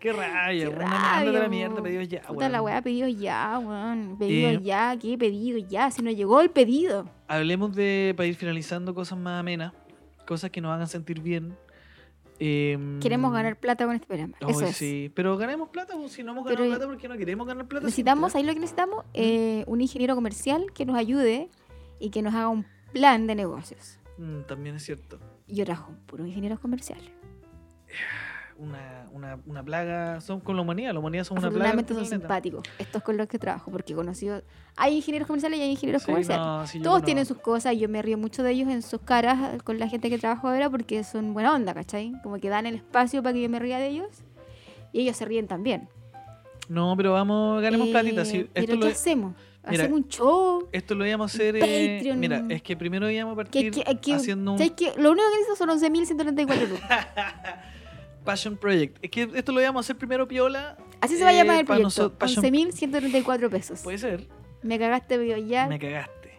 Speaker 2: Qué rabia,
Speaker 1: Qué
Speaker 2: weón, Mándate a la
Speaker 1: rabia,
Speaker 2: mierda,
Speaker 1: weón.
Speaker 2: pedidos ya,
Speaker 1: Puta
Speaker 2: Ah, weón.
Speaker 1: la weá, pedido ya, weón. Pedido
Speaker 2: Eh,
Speaker 1: ya, ¿qué pedido ya? Si no llegó el pedido.
Speaker 2: Hablemos de, para ir finalizando, cosas más amenas, cosas que nos hagan sentir bien. Em,
Speaker 1: Queremos ganar plata con este programa.
Speaker 2: ay,
Speaker 1: Eso es.
Speaker 2: sí. Pero ganemos plata, pues, si no hemos ganado
Speaker 1: Pero-
Speaker 2: plata, ¿por qué no queremos ganar plata?
Speaker 1: Necesitamos, ahí
Speaker 2: siempre?
Speaker 1: lo que necesitamos, eh, un ingeniero comercial que nos ayude y que nos haga un plan de negocios.
Speaker 2: Mm, también es cierto.
Speaker 1: Yo trabajo con puros ingenieros comerciales.
Speaker 2: Una, una, una plaga, son con la humanidad, la humanidad son una plaga. en
Speaker 1: Afortunadamente
Speaker 2: este
Speaker 1: son
Speaker 2: planeta.
Speaker 1: simpáticos. Estos con los que trabajo, porque he conocido. Hay ingenieros comerciales y hay ingenieros
Speaker 2: Sí,
Speaker 1: comerciales.
Speaker 2: no, sí, yo
Speaker 1: Todos tienen
Speaker 2: conozco.
Speaker 1: sus cosas, yo me río mucho de ellos en sus caras con la gente que trabajo ahora porque son buena onda, ¿cachai? Como que dan el espacio para que yo me ría de ellos y ellos se ríen también.
Speaker 2: No, pero vamos, ganemos
Speaker 1: Eh,
Speaker 2: platita. sí.
Speaker 1: pero
Speaker 2: esto,
Speaker 1: ¿qué
Speaker 2: lo,
Speaker 1: hacemos?
Speaker 2: mira,
Speaker 1: ¿Hacemos un show?
Speaker 2: esto lo íbamos a hacer.
Speaker 1: Un
Speaker 2: eh,
Speaker 1: Patreon.
Speaker 2: mira, es que primero íbamos a
Speaker 1: Que,
Speaker 2: partir
Speaker 1: que, que-
Speaker 2: haciendo un
Speaker 1: ¿sabes qué? Lo único que necesito son 11.134 lucas.
Speaker 2: Passion Project. Es que esto lo íbamos a hacer primero piola.
Speaker 1: Así se va a
Speaker 2: eh,
Speaker 1: llamar el
Speaker 2: pa'
Speaker 1: proyecto.
Speaker 2: nosotros- Passion-
Speaker 1: 11.134 pesos.
Speaker 2: Puede ser.
Speaker 1: me cagaste, video ya.
Speaker 2: Pues, Me cagaste.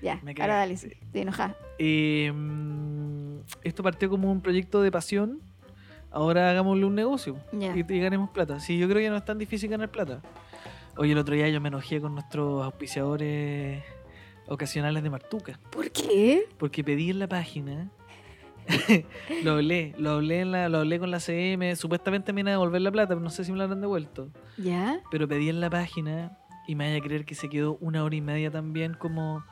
Speaker 1: ya,
Speaker 2: me
Speaker 1: ahora dale,
Speaker 2: cagaste.
Speaker 1: sí, estoy enojada.
Speaker 2: Eh, mm, esto partió como un proyecto de pasión. Ahora hagámosle un negocio
Speaker 1: Ya.
Speaker 2: y, y ganemos plata. Sí, yo creo que no es tan difícil ganar plata. Oye, el otro día yo me enojé con nuestros auspiciadores ocasionales de Martuca.
Speaker 1: ¿Por qué?
Speaker 2: Porque pedí en la página. (laughs) lo hablé, lo hablé, en la, lo hablé con la CM. Supuestamente me iban a devolver la plata, pero no sé si me la habrán devuelto.
Speaker 1: ¿Ya?
Speaker 2: pero pedí en la página y me vaya a creer que se quedó una hora y media también como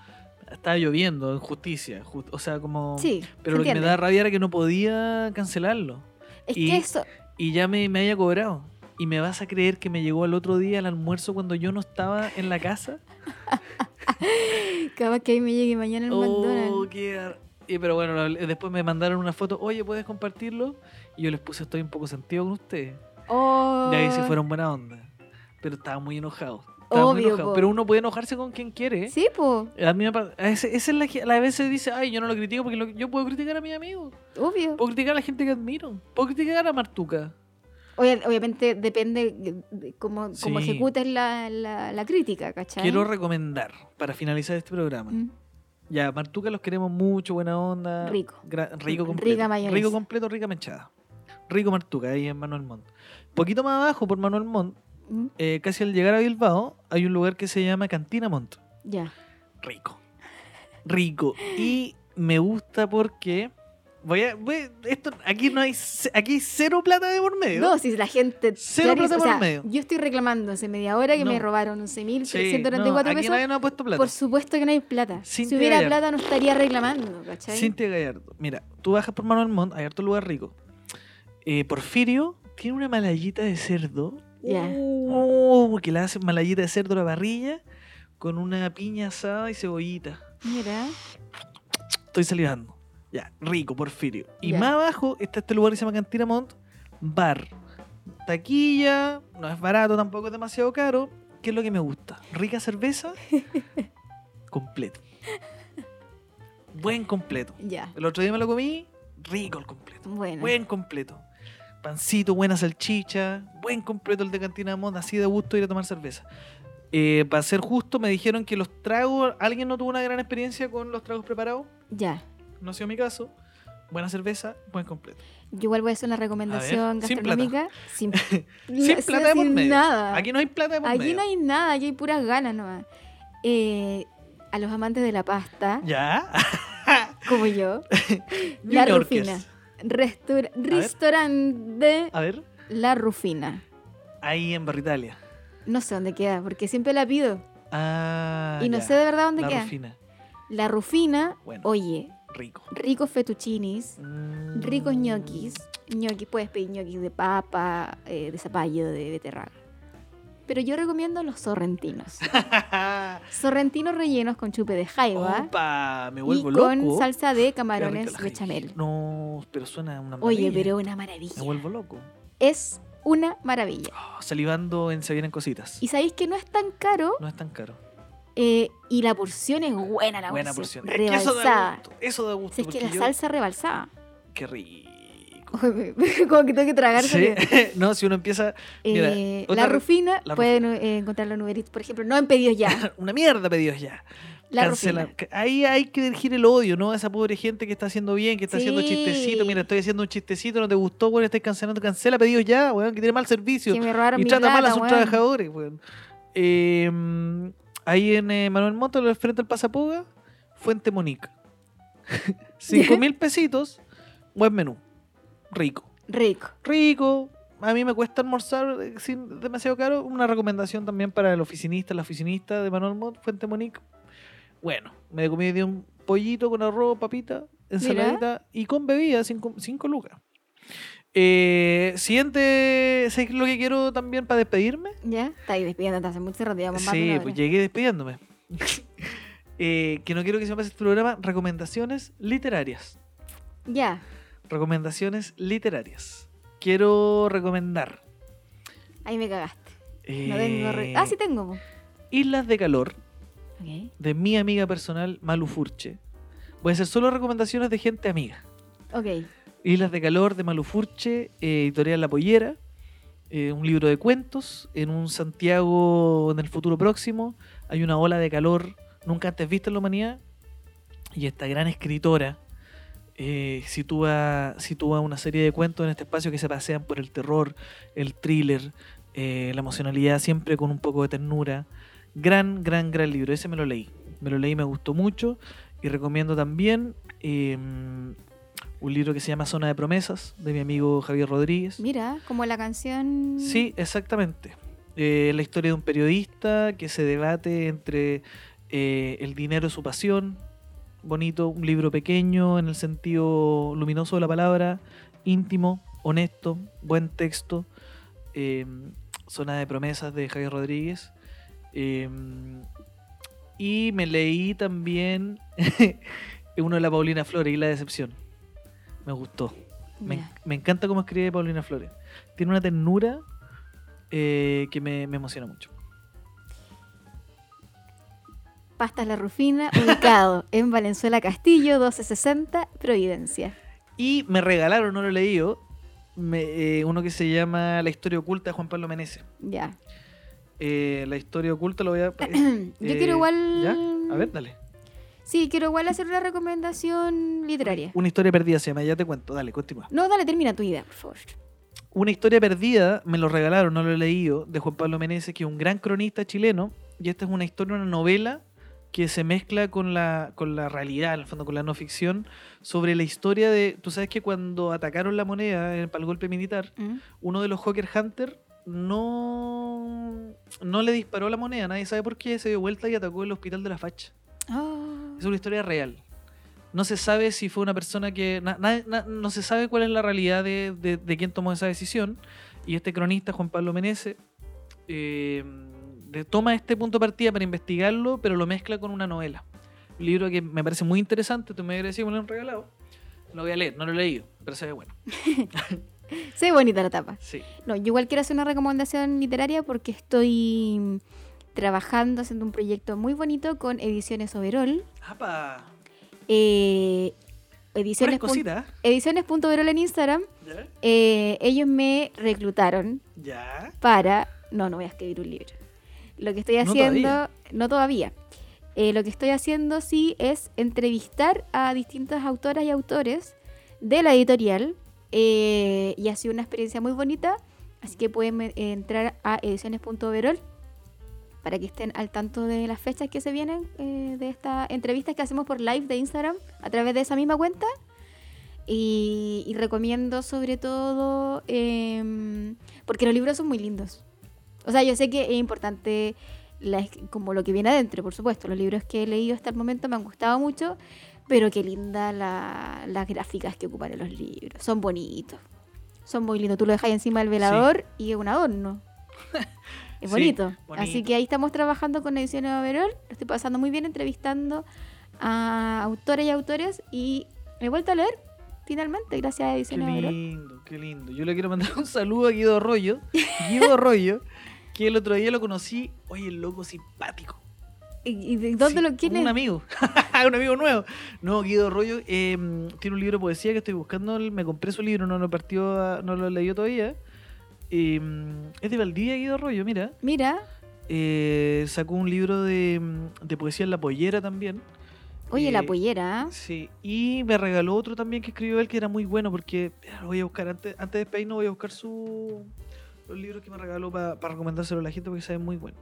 Speaker 2: estaba lloviendo en justicia ju- o sea como
Speaker 1: Sí,
Speaker 2: pero
Speaker 1: se
Speaker 2: lo que me
Speaker 1: entiende.
Speaker 2: da rabia era que no podía cancelarlo
Speaker 1: Es
Speaker 2: y-
Speaker 1: que eso,
Speaker 2: y ya me, me había cobrado y me vas a creer que me llegó al otro día el almuerzo cuando yo no estaba en la casa
Speaker 1: capaz que ahí me llegue mañana el
Speaker 2: oh,
Speaker 1: McDonald's.
Speaker 2: qué ar- y pero bueno lo hablé- después me mandaron una foto oye puedes compartirlo y yo les puse estoy un poco sentido con ustedes
Speaker 1: Oh.
Speaker 2: y ahí se fueron buena onda pero estaba muy enojado estaba muy
Speaker 1: Obvio,
Speaker 2: enojado.
Speaker 1: po.
Speaker 2: pero uno puede enojarse con quien quiere
Speaker 1: Sí, po,
Speaker 2: A mí me pasa. Esa es la que a veces dice, ay, yo no lo critico porque lo- yo puedo criticar a mis amigos.
Speaker 1: obvio.
Speaker 2: Puedo criticar a la gente que admiro. Puedo criticar a Martuca.
Speaker 1: Obvia- obviamente depende de- de cómo, cómo
Speaker 2: Sí.
Speaker 1: ejecutes la, la, la crítica, ¿cachai?
Speaker 2: Quiero recomendar, para finalizar este programa.
Speaker 1: Mm.
Speaker 2: Ya, Martuca los queremos mucho, buena onda.
Speaker 1: Rico.
Speaker 2: Gra- rico
Speaker 1: Rica
Speaker 2: completo.
Speaker 1: mayonesa.
Speaker 2: Rico completo, rica mechada. Rico Martuca, ahí en Manuel Montt. Poquito más abajo, por Manuel Montt,
Speaker 1: Mm,
Speaker 2: eh, casi al llegar a Bilbao, hay un lugar que se llama Cantina Montt.
Speaker 1: Ya.
Speaker 2: rico. Rico. Y me gusta porque. Voy a. voy- esto, aquí no hay. ce- Aquí hay cero plata de por medio.
Speaker 1: No, si la gente.
Speaker 2: ¿Eh?
Speaker 1: clarísimo,
Speaker 2: Cero plata
Speaker 1: o
Speaker 2: por
Speaker 1: sea,
Speaker 2: medio.
Speaker 1: Yo estoy reclamando hace media hora que
Speaker 2: No.
Speaker 1: me robaron 11.334
Speaker 2: Sí, no, aquí
Speaker 1: pesos.
Speaker 2: nadie nos ha puesto plata.
Speaker 1: Por supuesto que no hay plata. si
Speaker 2: Cintia
Speaker 1: hubiera
Speaker 2: Gallardo.
Speaker 1: plata no estaría reclamando, ¿cachai?
Speaker 2: Cintia Gallardo. Mira, tú bajas por Manuel Montt, hay harto lugar rico. Eh, Porfirio tiene una malayita de cerdo.
Speaker 1: Ya.
Speaker 2: Uh, que la hacen malayita de cerdo a la parrilla con una piña asada y cebollita.
Speaker 1: Mira.
Speaker 2: Estoy salivando. Ya, rico, porfirio. Y
Speaker 1: Ya.
Speaker 2: más abajo está este lugar que se llama Cantina Mont, bar. Taquilla, no es barato, tampoco es demasiado caro. ¿Qué es lo que me gusta? Rica cerveza,
Speaker 1: (laughs)
Speaker 2: completo. Buen completo.
Speaker 1: Ya.
Speaker 2: El otro día me lo comí, rico el completo.
Speaker 1: Bueno.
Speaker 2: Buen completo. Pancito, buena salchicha, buen completo el de Cantina Mont, así de gusto ir a tomar cerveza. Eh, para ser justo, me dijeron que los tragos, alguien no tuvo una gran experiencia con los tragos preparados
Speaker 1: Ya.
Speaker 2: no ha sido mi caso. Buena cerveza, buen completo.
Speaker 1: Yo igual voy a hacer una recomendación
Speaker 2: sin plata.
Speaker 1: gastronómica. (laughs) Sin,
Speaker 2: (laughs) Sin
Speaker 1: o sea,
Speaker 2: plata de por
Speaker 1: sin
Speaker 2: medio.
Speaker 1: nada.
Speaker 2: Aquí no hay plata de por
Speaker 1: Aquí
Speaker 2: medio.
Speaker 1: no hay nada, aquí hay puras ganas nomás. Eh, a los amantes de la
Speaker 2: (laughs)
Speaker 1: pasta, (laughs)
Speaker 2: Ya.
Speaker 1: como
Speaker 2: (laughs)
Speaker 1: yo,
Speaker 2: New
Speaker 1: La
Speaker 2: Yorkers.
Speaker 1: Rufina. restor- restaurante
Speaker 2: A ver,
Speaker 1: La Rufina.
Speaker 2: ahí en Barritalia.
Speaker 1: No sé dónde queda, porque siempre la pido.
Speaker 2: Ah,
Speaker 1: y no
Speaker 2: ya.
Speaker 1: sé de verdad dónde
Speaker 2: La
Speaker 1: queda.
Speaker 2: Rufina.
Speaker 1: La Rufina,
Speaker 2: Bueno.
Speaker 1: oye,
Speaker 2: Rico.
Speaker 1: ricos fettuccinis,
Speaker 2: Mm.
Speaker 1: ricos
Speaker 2: (laughs)
Speaker 1: ñoquis. (laughs) ñoquis, puedes pedir ñoquis de papa, eh, de zapallo, de beterraga. Pero yo recomiendo los
Speaker 2: (laughs)
Speaker 1: sorrentinos. sorrentinos rellenos con chupe de jaiba.
Speaker 2: Opa, Oh, me
Speaker 1: y
Speaker 2: vuelvo
Speaker 1: con
Speaker 2: loco.
Speaker 1: salsa de
Speaker 2: Qué rica
Speaker 1: camarones
Speaker 2: la
Speaker 1: bechamel.
Speaker 2: jaiba. No, pero suena una maravilla.
Speaker 1: Oye, pero una
Speaker 2: Me
Speaker 1: maravilla.
Speaker 2: vuelvo loco.
Speaker 1: Es una maravilla.
Speaker 2: Oh, salivando en Se vienen cositas.
Speaker 1: Y sabéis que no es tan caro
Speaker 2: No es tan caro.
Speaker 1: eh, y la porción es buena, la
Speaker 2: Buena
Speaker 1: porción.
Speaker 2: porción. Es que eso da
Speaker 1: Rebalsada.
Speaker 2: gusto. Eso da gusto.
Speaker 1: Si es que
Speaker 2: porque
Speaker 1: la
Speaker 2: yo-
Speaker 1: salsa rebalsada. (laughs)
Speaker 2: Qué rico.
Speaker 1: Como que tengo que tragar.
Speaker 2: Sí.
Speaker 1: saliva.
Speaker 2: (laughs) no, si uno empieza. Mira,
Speaker 1: Eh,
Speaker 2: otra
Speaker 1: la
Speaker 2: re-
Speaker 1: Rufina
Speaker 2: la
Speaker 1: pueden eh, encontrarla en Uber Eats, por ejemplo, no en pedidos ya.
Speaker 2: Una mierda pedidos ya.
Speaker 1: La
Speaker 2: Cancela-
Speaker 1: Rufina.
Speaker 2: ca- Ahí hay que dirigir el odio, ¿no? A esa pobre gente que está haciendo bien, que está haciendo
Speaker 1: Sí.
Speaker 2: chistecito. Mira, estoy haciendo un chistecito, no te gustó, weón, estás cancelando. Cancela pedidos ya, weón, que tiene mal servicio.
Speaker 1: Que me robaron
Speaker 2: Y
Speaker 1: mi
Speaker 2: trata mal a
Speaker 1: plata,
Speaker 2: sus
Speaker 1: weón.
Speaker 2: trabajadores, weón. Eh, ahí en eh, Manuel Moto, al frente al Pasapoga,
Speaker 1: (laughs)
Speaker 2: Fuente Monique. Cinco mil pesitos, buen menú. Rico.
Speaker 1: Rico.
Speaker 2: rico. A mí me cuesta almorzar eh, sin demasiado caro. Una recomendación también para el oficinista, la oficinista de Manuel Mont, Fuente Monique. Bueno, me comí de un pollito con arroz, papita, ensaladita y con bebida, 5 lucas. Eh, siguiente, ¿sabes lo que quiero también para despedirme?
Speaker 1: ¿Ya? Está ahí despidiéndote hace mucho rato, llevamos más de
Speaker 2: Sí,
Speaker 1: una
Speaker 2: pues
Speaker 1: hora.
Speaker 2: llegué despidiéndome. (laughs) Eh, que no quiero que se me pase este programa, recomendaciones literarias.
Speaker 1: Ya.
Speaker 2: Recomendaciones literarias. Quiero recomendar
Speaker 1: Ahí me cagaste. No tengo re- Ah, sí
Speaker 2: Eh,
Speaker 1: tengo. po.
Speaker 2: Islas de calor
Speaker 1: Ok.
Speaker 2: de mi amiga personal Malu Furche. Voy a hacer solo recomendaciones de gente amiga.
Speaker 1: Ok.
Speaker 2: Islas de calor de Malu Furche, eh, editorial La Pollera, eh, un libro de cuentos en un Santiago en el futuro próximo. Hay una ola de calor nunca antes vista en la humanidad y esta gran escritora eh, sitúa, sitúa una serie de cuentos en este espacio que se pasean por el terror, el thriller, eh, la emocionalidad, siempre con un poco de ternura. Gran, gran, gran libro. Ese me lo leí. Me lo leí, me gustó mucho. Y recomiendo también eh, un libro que se llama Zona de Promesas, de mi amigo Javier Rodríguez.
Speaker 1: Mira, como la canción.
Speaker 2: Sí, exactamente. Eh, la historia de un periodista que se debate entre eh, el dinero y su pasión. Bonito, un libro pequeño en el sentido luminoso de la palabra, íntimo, honesto, buen texto. Eh, Zona de promesas de Javier Rodríguez. Eh, y me leí también (laughs) uno de la Paulina Flores y La Decepción. Me gustó. Me,
Speaker 1: Ya.
Speaker 2: me encanta cómo escribe Paulina Flores. Tiene una ternura eh, que me, me emociona mucho.
Speaker 1: Pastas La Rufina,
Speaker 2: (laughs)
Speaker 1: ubicado en Valenzuela Castillo, 1260, Providencia.
Speaker 2: Y me regalaron, no lo he leído, me- eh, uno que se llama La historia oculta de Juan Pablo Meneses.
Speaker 1: Ya. (clears throat)
Speaker 2: Eh, la historia oculta lo voy a.
Speaker 1: (coughs) Yo quiero igual.
Speaker 2: Eh, ¿Ya? A ver, dale.
Speaker 1: Sí, quiero igual hacer una recomendación literaria.
Speaker 2: Una historia perdida se llama, ya te cuento, dale, continúa.
Speaker 1: No, dale, termina tu idea, por favor.
Speaker 2: Una historia perdida, me lo regalaron, no lo he leído, de Juan Pablo Meneses, que es un gran cronista chileno. Y esta es una historia, una novela que se mezcla con la, con la realidad, en el fondo, con la no ficción, sobre la historia de. Tú sabes que cuando atacaron la moneda eh, para el golpe militar,
Speaker 1: ¿Mm?
Speaker 2: uno de los Hawker Hunter no, no le disparó la moneda, nadie sabe por qué, se dio vuelta y atacó el hospital de la facha.
Speaker 1: Ah,
Speaker 2: Es una historia real. No se sabe si fue una persona que. na- na- na- no se sabe cuál es la realidad de, de- de quién tomó esa decisión. Y este cronista, Juan Pablo Menezes, eh, de- toma este punto de partida para investigarlo, pero lo mezcla con una novela. libro que me parece muy interesante, tú me agradeciste que me lo han regalado. Lo voy a leer, no lo he leído, pero se ve bueno.
Speaker 1: Se ve bonita la tapa.
Speaker 2: Sí.
Speaker 1: No, yo igual quiero hacer una recomendación literaria porque estoy trabajando, haciendo un proyecto muy bonito con Ediciones Overol.
Speaker 2: ¡Apa!
Speaker 1: Eh, ediciones
Speaker 2: Puras cositas. ¿eh?
Speaker 1: Ediciones.overol en Instagram.
Speaker 2: ¿Ya?
Speaker 1: Eh, ellos me reclutaron
Speaker 2: ¿Ya?
Speaker 1: para... No, no voy a escribir un libro. Lo que estoy
Speaker 2: No
Speaker 1: haciendo...
Speaker 2: todavía.
Speaker 1: No todavía. Eh, lo que estoy haciendo sí es entrevistar a distintas autoras y autores de la editorial. eh, y ha sido una experiencia muy bonita. Así que pueden eh, entrar a ediciones.overol para que estén al tanto de las fechas que se vienen eh, de estas entrevistas que hacemos por live de Instagram a través de esa misma cuenta. Y, y recomiendo sobre todo em, porque los libros son muy lindos. O sea, yo sé que es importante la es- como lo que viene adentro, por supuesto. Los libros que he leído hasta el momento me han gustado mucho, pero qué linda la- las gráficas que ocupan en los libros. Son bonitos. Son muy lindos. Tú lo dejas ahí encima del velador y es un adorno. Es
Speaker 2: Sí,
Speaker 1: bonito. Así
Speaker 2: bonito.
Speaker 1: que ahí estamos trabajando con Ediciones Overall. Lo estoy pasando muy bien entrevistando a autores y autores y he vuelto a leer finalmente gracias a
Speaker 2: Qué
Speaker 1: Ediciones Overall.
Speaker 2: lindo, qué lindo. Yo le quiero mandar un saludo a Guido Arroyo. Guido Arroyo, que el otro día lo conocí. Oye, el loco simpático.
Speaker 1: ¿Y y de dónde
Speaker 2: Sí,
Speaker 1: lo quién
Speaker 2: Un
Speaker 1: es?
Speaker 2: amigo, (laughs) un amigo nuevo. No, Guido Arroyo eh, tiene un libro de poesía que estoy buscando. Me compré su libro, no lo partió, a- no lo leí todavía. Eh, es de Valdivia, Guido Arroyo, mira.
Speaker 1: Mira,
Speaker 2: Eh, sacó un libro de, mm, de poesía en la pollera también.
Speaker 1: oye, la
Speaker 2: Eh,
Speaker 1: pollera.
Speaker 2: Sí, y me regaló otro también que escribió él que era muy bueno porque ah, lo voy a buscar antes, antes de Spain, no voy a buscar su, los libros que me regaló para recomendárselo a la gente porque se ven muy bueno.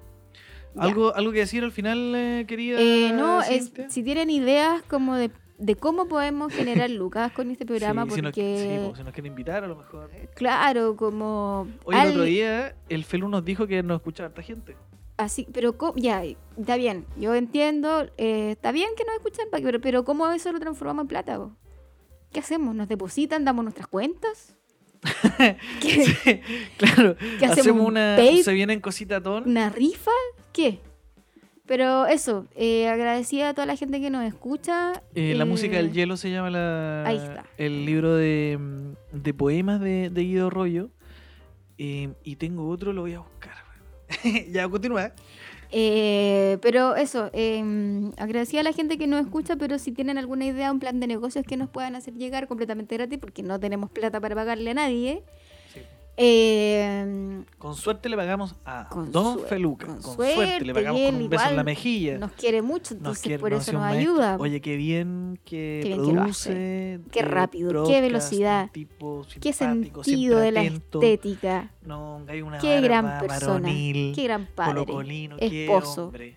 Speaker 1: Ya.
Speaker 2: ¿Algo, ¿Algo que decir al final, eh, querida?
Speaker 1: Eh, no, es-
Speaker 2: Cintia?
Speaker 1: si tienen ideas como de, de cómo podemos generar (laughs) lucas con este programa,
Speaker 2: Sí, si nos-
Speaker 1: porque,
Speaker 2: sí, po, si nos quieren invitar a lo mejor.
Speaker 1: claro, como...
Speaker 2: Hoy el
Speaker 1: al-
Speaker 2: otro día el Felu nos dijo que nos escucha harta gente.
Speaker 1: Así, pero co- ya, está bien, yo entiendo, eh, está bien que nos escuchan, pa- pero, pero ¿cómo eso lo transformamos en plata? po? ¿Qué hacemos? ¿Nos depositan? ¿Damos nuestras
Speaker 2: (laughs)
Speaker 1: cuentas? ¿Qué-
Speaker 2: claro,
Speaker 1: ¿Qué hacemos,
Speaker 2: hacemos
Speaker 1: un
Speaker 2: una...
Speaker 1: tape?
Speaker 2: Se vienen cositas ton.
Speaker 1: ¿Una rifa? ¿Qué? Pero eso, eh, agradecida a toda la gente que nos escucha.
Speaker 2: Eh, la música del
Speaker 1: eh,
Speaker 2: hielo se llama la,
Speaker 1: ahí está.
Speaker 2: el libro de, mm, de poemas de, de Guido Rollo. y tengo otro, lo voy a buscar. (laughs) ya, continúa.
Speaker 1: Eh, pero eso, eh, agradecida a la gente que nos escucha, pero si tienen alguna idea, un plan de negocios que nos puedan hacer llegar completamente gratis, porque no tenemos plata para pagarle a nadie.
Speaker 2: Sí.
Speaker 1: eh,
Speaker 2: Con suerte le pagamos a
Speaker 1: Con
Speaker 2: Don
Speaker 1: suer-
Speaker 2: Feluca.
Speaker 1: con
Speaker 2: Con, suerte
Speaker 1: suerte,
Speaker 2: le pagamos
Speaker 1: y
Speaker 2: con
Speaker 1: él
Speaker 2: un beso en la
Speaker 1: igual
Speaker 2: mejilla.
Speaker 1: nos quiere mucho,
Speaker 2: Nos
Speaker 1: entonces
Speaker 2: quiere-
Speaker 1: por
Speaker 2: no,
Speaker 1: eso
Speaker 2: sí, un
Speaker 1: nos
Speaker 2: maestro.
Speaker 1: ayuda.
Speaker 2: Oye, qué bien que
Speaker 1: Qué bien que lo
Speaker 2: produce.
Speaker 1: Qué
Speaker 2: eh,
Speaker 1: rápido, qué
Speaker 2: podcast,
Speaker 1: velocidad,
Speaker 2: un tipo
Speaker 1: qué
Speaker 2: simpático,
Speaker 1: sentido
Speaker 2: siempre
Speaker 1: de la
Speaker 2: atento.
Speaker 1: estética,
Speaker 2: No, hay una
Speaker 1: qué gran
Speaker 2: barba
Speaker 1: persona,
Speaker 2: varonil,
Speaker 1: qué gran padre,
Speaker 2: colocolino,
Speaker 1: esposo.
Speaker 2: qué hombre.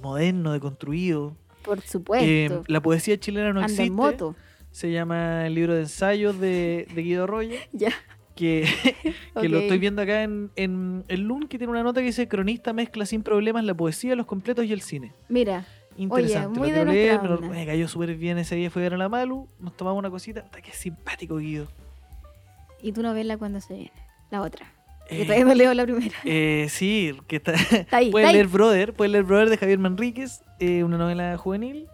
Speaker 2: Moderno, deconstruido.
Speaker 1: por
Speaker 2: Eh,
Speaker 1: supuesto.
Speaker 2: la poesía chilena no
Speaker 1: Anda
Speaker 2: existe.
Speaker 1: en moto,
Speaker 2: Se llama el libro de ensayos de, de Guido Arroyo,
Speaker 1: (laughs) ya.
Speaker 2: que, que lo
Speaker 1: ok.
Speaker 2: estoy viendo acá en, en el LUN, que tiene una nota que dice cronista mezcla sin problemas la poesía, los completos y el cine.
Speaker 1: Mira,
Speaker 2: Interesante,
Speaker 1: muy de
Speaker 2: lo quiero leer,
Speaker 1: nuestra
Speaker 2: me-
Speaker 1: onda.
Speaker 2: me cayó súper bien ese día, fue a ver a la Malu, nos tomamos una cosita, hasta que simpático Guido.
Speaker 1: y tu novela cuando se viene, la otra.
Speaker 2: Eh,
Speaker 1: Que todavía no leo la primera.
Speaker 2: (laughs) eh, sí, que está,
Speaker 1: Está ahí,
Speaker 2: Puedes
Speaker 1: está ahí.
Speaker 2: leer Brother, puedes leer Brother de Javier Manríquez, eh, una novela juvenil.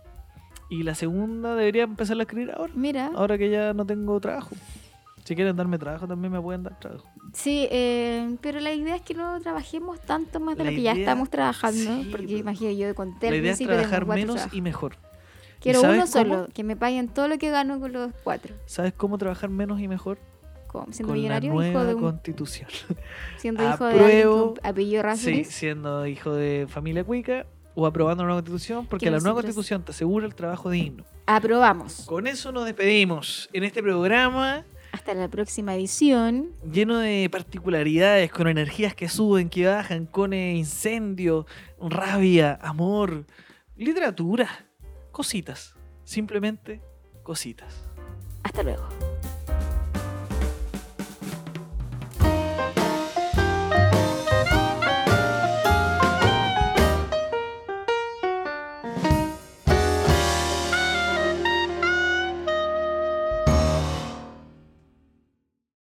Speaker 2: Y la segunda debería empezar a escribir ahora,
Speaker 1: Mira.
Speaker 2: ahora que ya no tengo trabajo. Si quieren darme trabajo, también me pueden dar trabajo.
Speaker 1: Sí, eh, pero la idea es que no trabajemos tanto más de
Speaker 2: La
Speaker 1: lo que ya
Speaker 2: idea-
Speaker 1: estamos trabajando,
Speaker 2: sí,
Speaker 1: porque
Speaker 2: pero-
Speaker 1: imagínate, yo conté
Speaker 2: La
Speaker 1: al
Speaker 2: idea es
Speaker 1: principio
Speaker 2: trabajar
Speaker 1: tengo cuatro
Speaker 2: menos
Speaker 1: trabajos.
Speaker 2: y mejor. ¿Y
Speaker 1: Quiero
Speaker 2: sabes
Speaker 1: uno
Speaker 2: cómo?
Speaker 1: solo, que me paguen todo lo que gano con los cuatro.
Speaker 2: ¿Sabes cómo trabajar menos y mejor?
Speaker 1: Como siendo
Speaker 2: Con la
Speaker 1: millonario, hijo
Speaker 2: nueva
Speaker 1: de un, (laughs)
Speaker 2: constitución.
Speaker 1: siendo hijo de alguien
Speaker 2: apruebo-
Speaker 1: con apellido
Speaker 2: Sí,
Speaker 1: Rasmussen.
Speaker 2: siendo hijo de familia cuica o aprobando una nueva constitución, porque
Speaker 1: Que
Speaker 2: la nueva
Speaker 1: nosotros-
Speaker 2: constitución te asegura el trabajo digno.
Speaker 1: Aprobamos.
Speaker 2: Con eso nos despedimos en este programa
Speaker 1: Hasta la próxima edición.
Speaker 2: lleno de particularidades, con energías que suben, que bajan, con eh, incendio, rabia, amor, literatura, cositas, simplemente cositas.
Speaker 1: Hasta luego.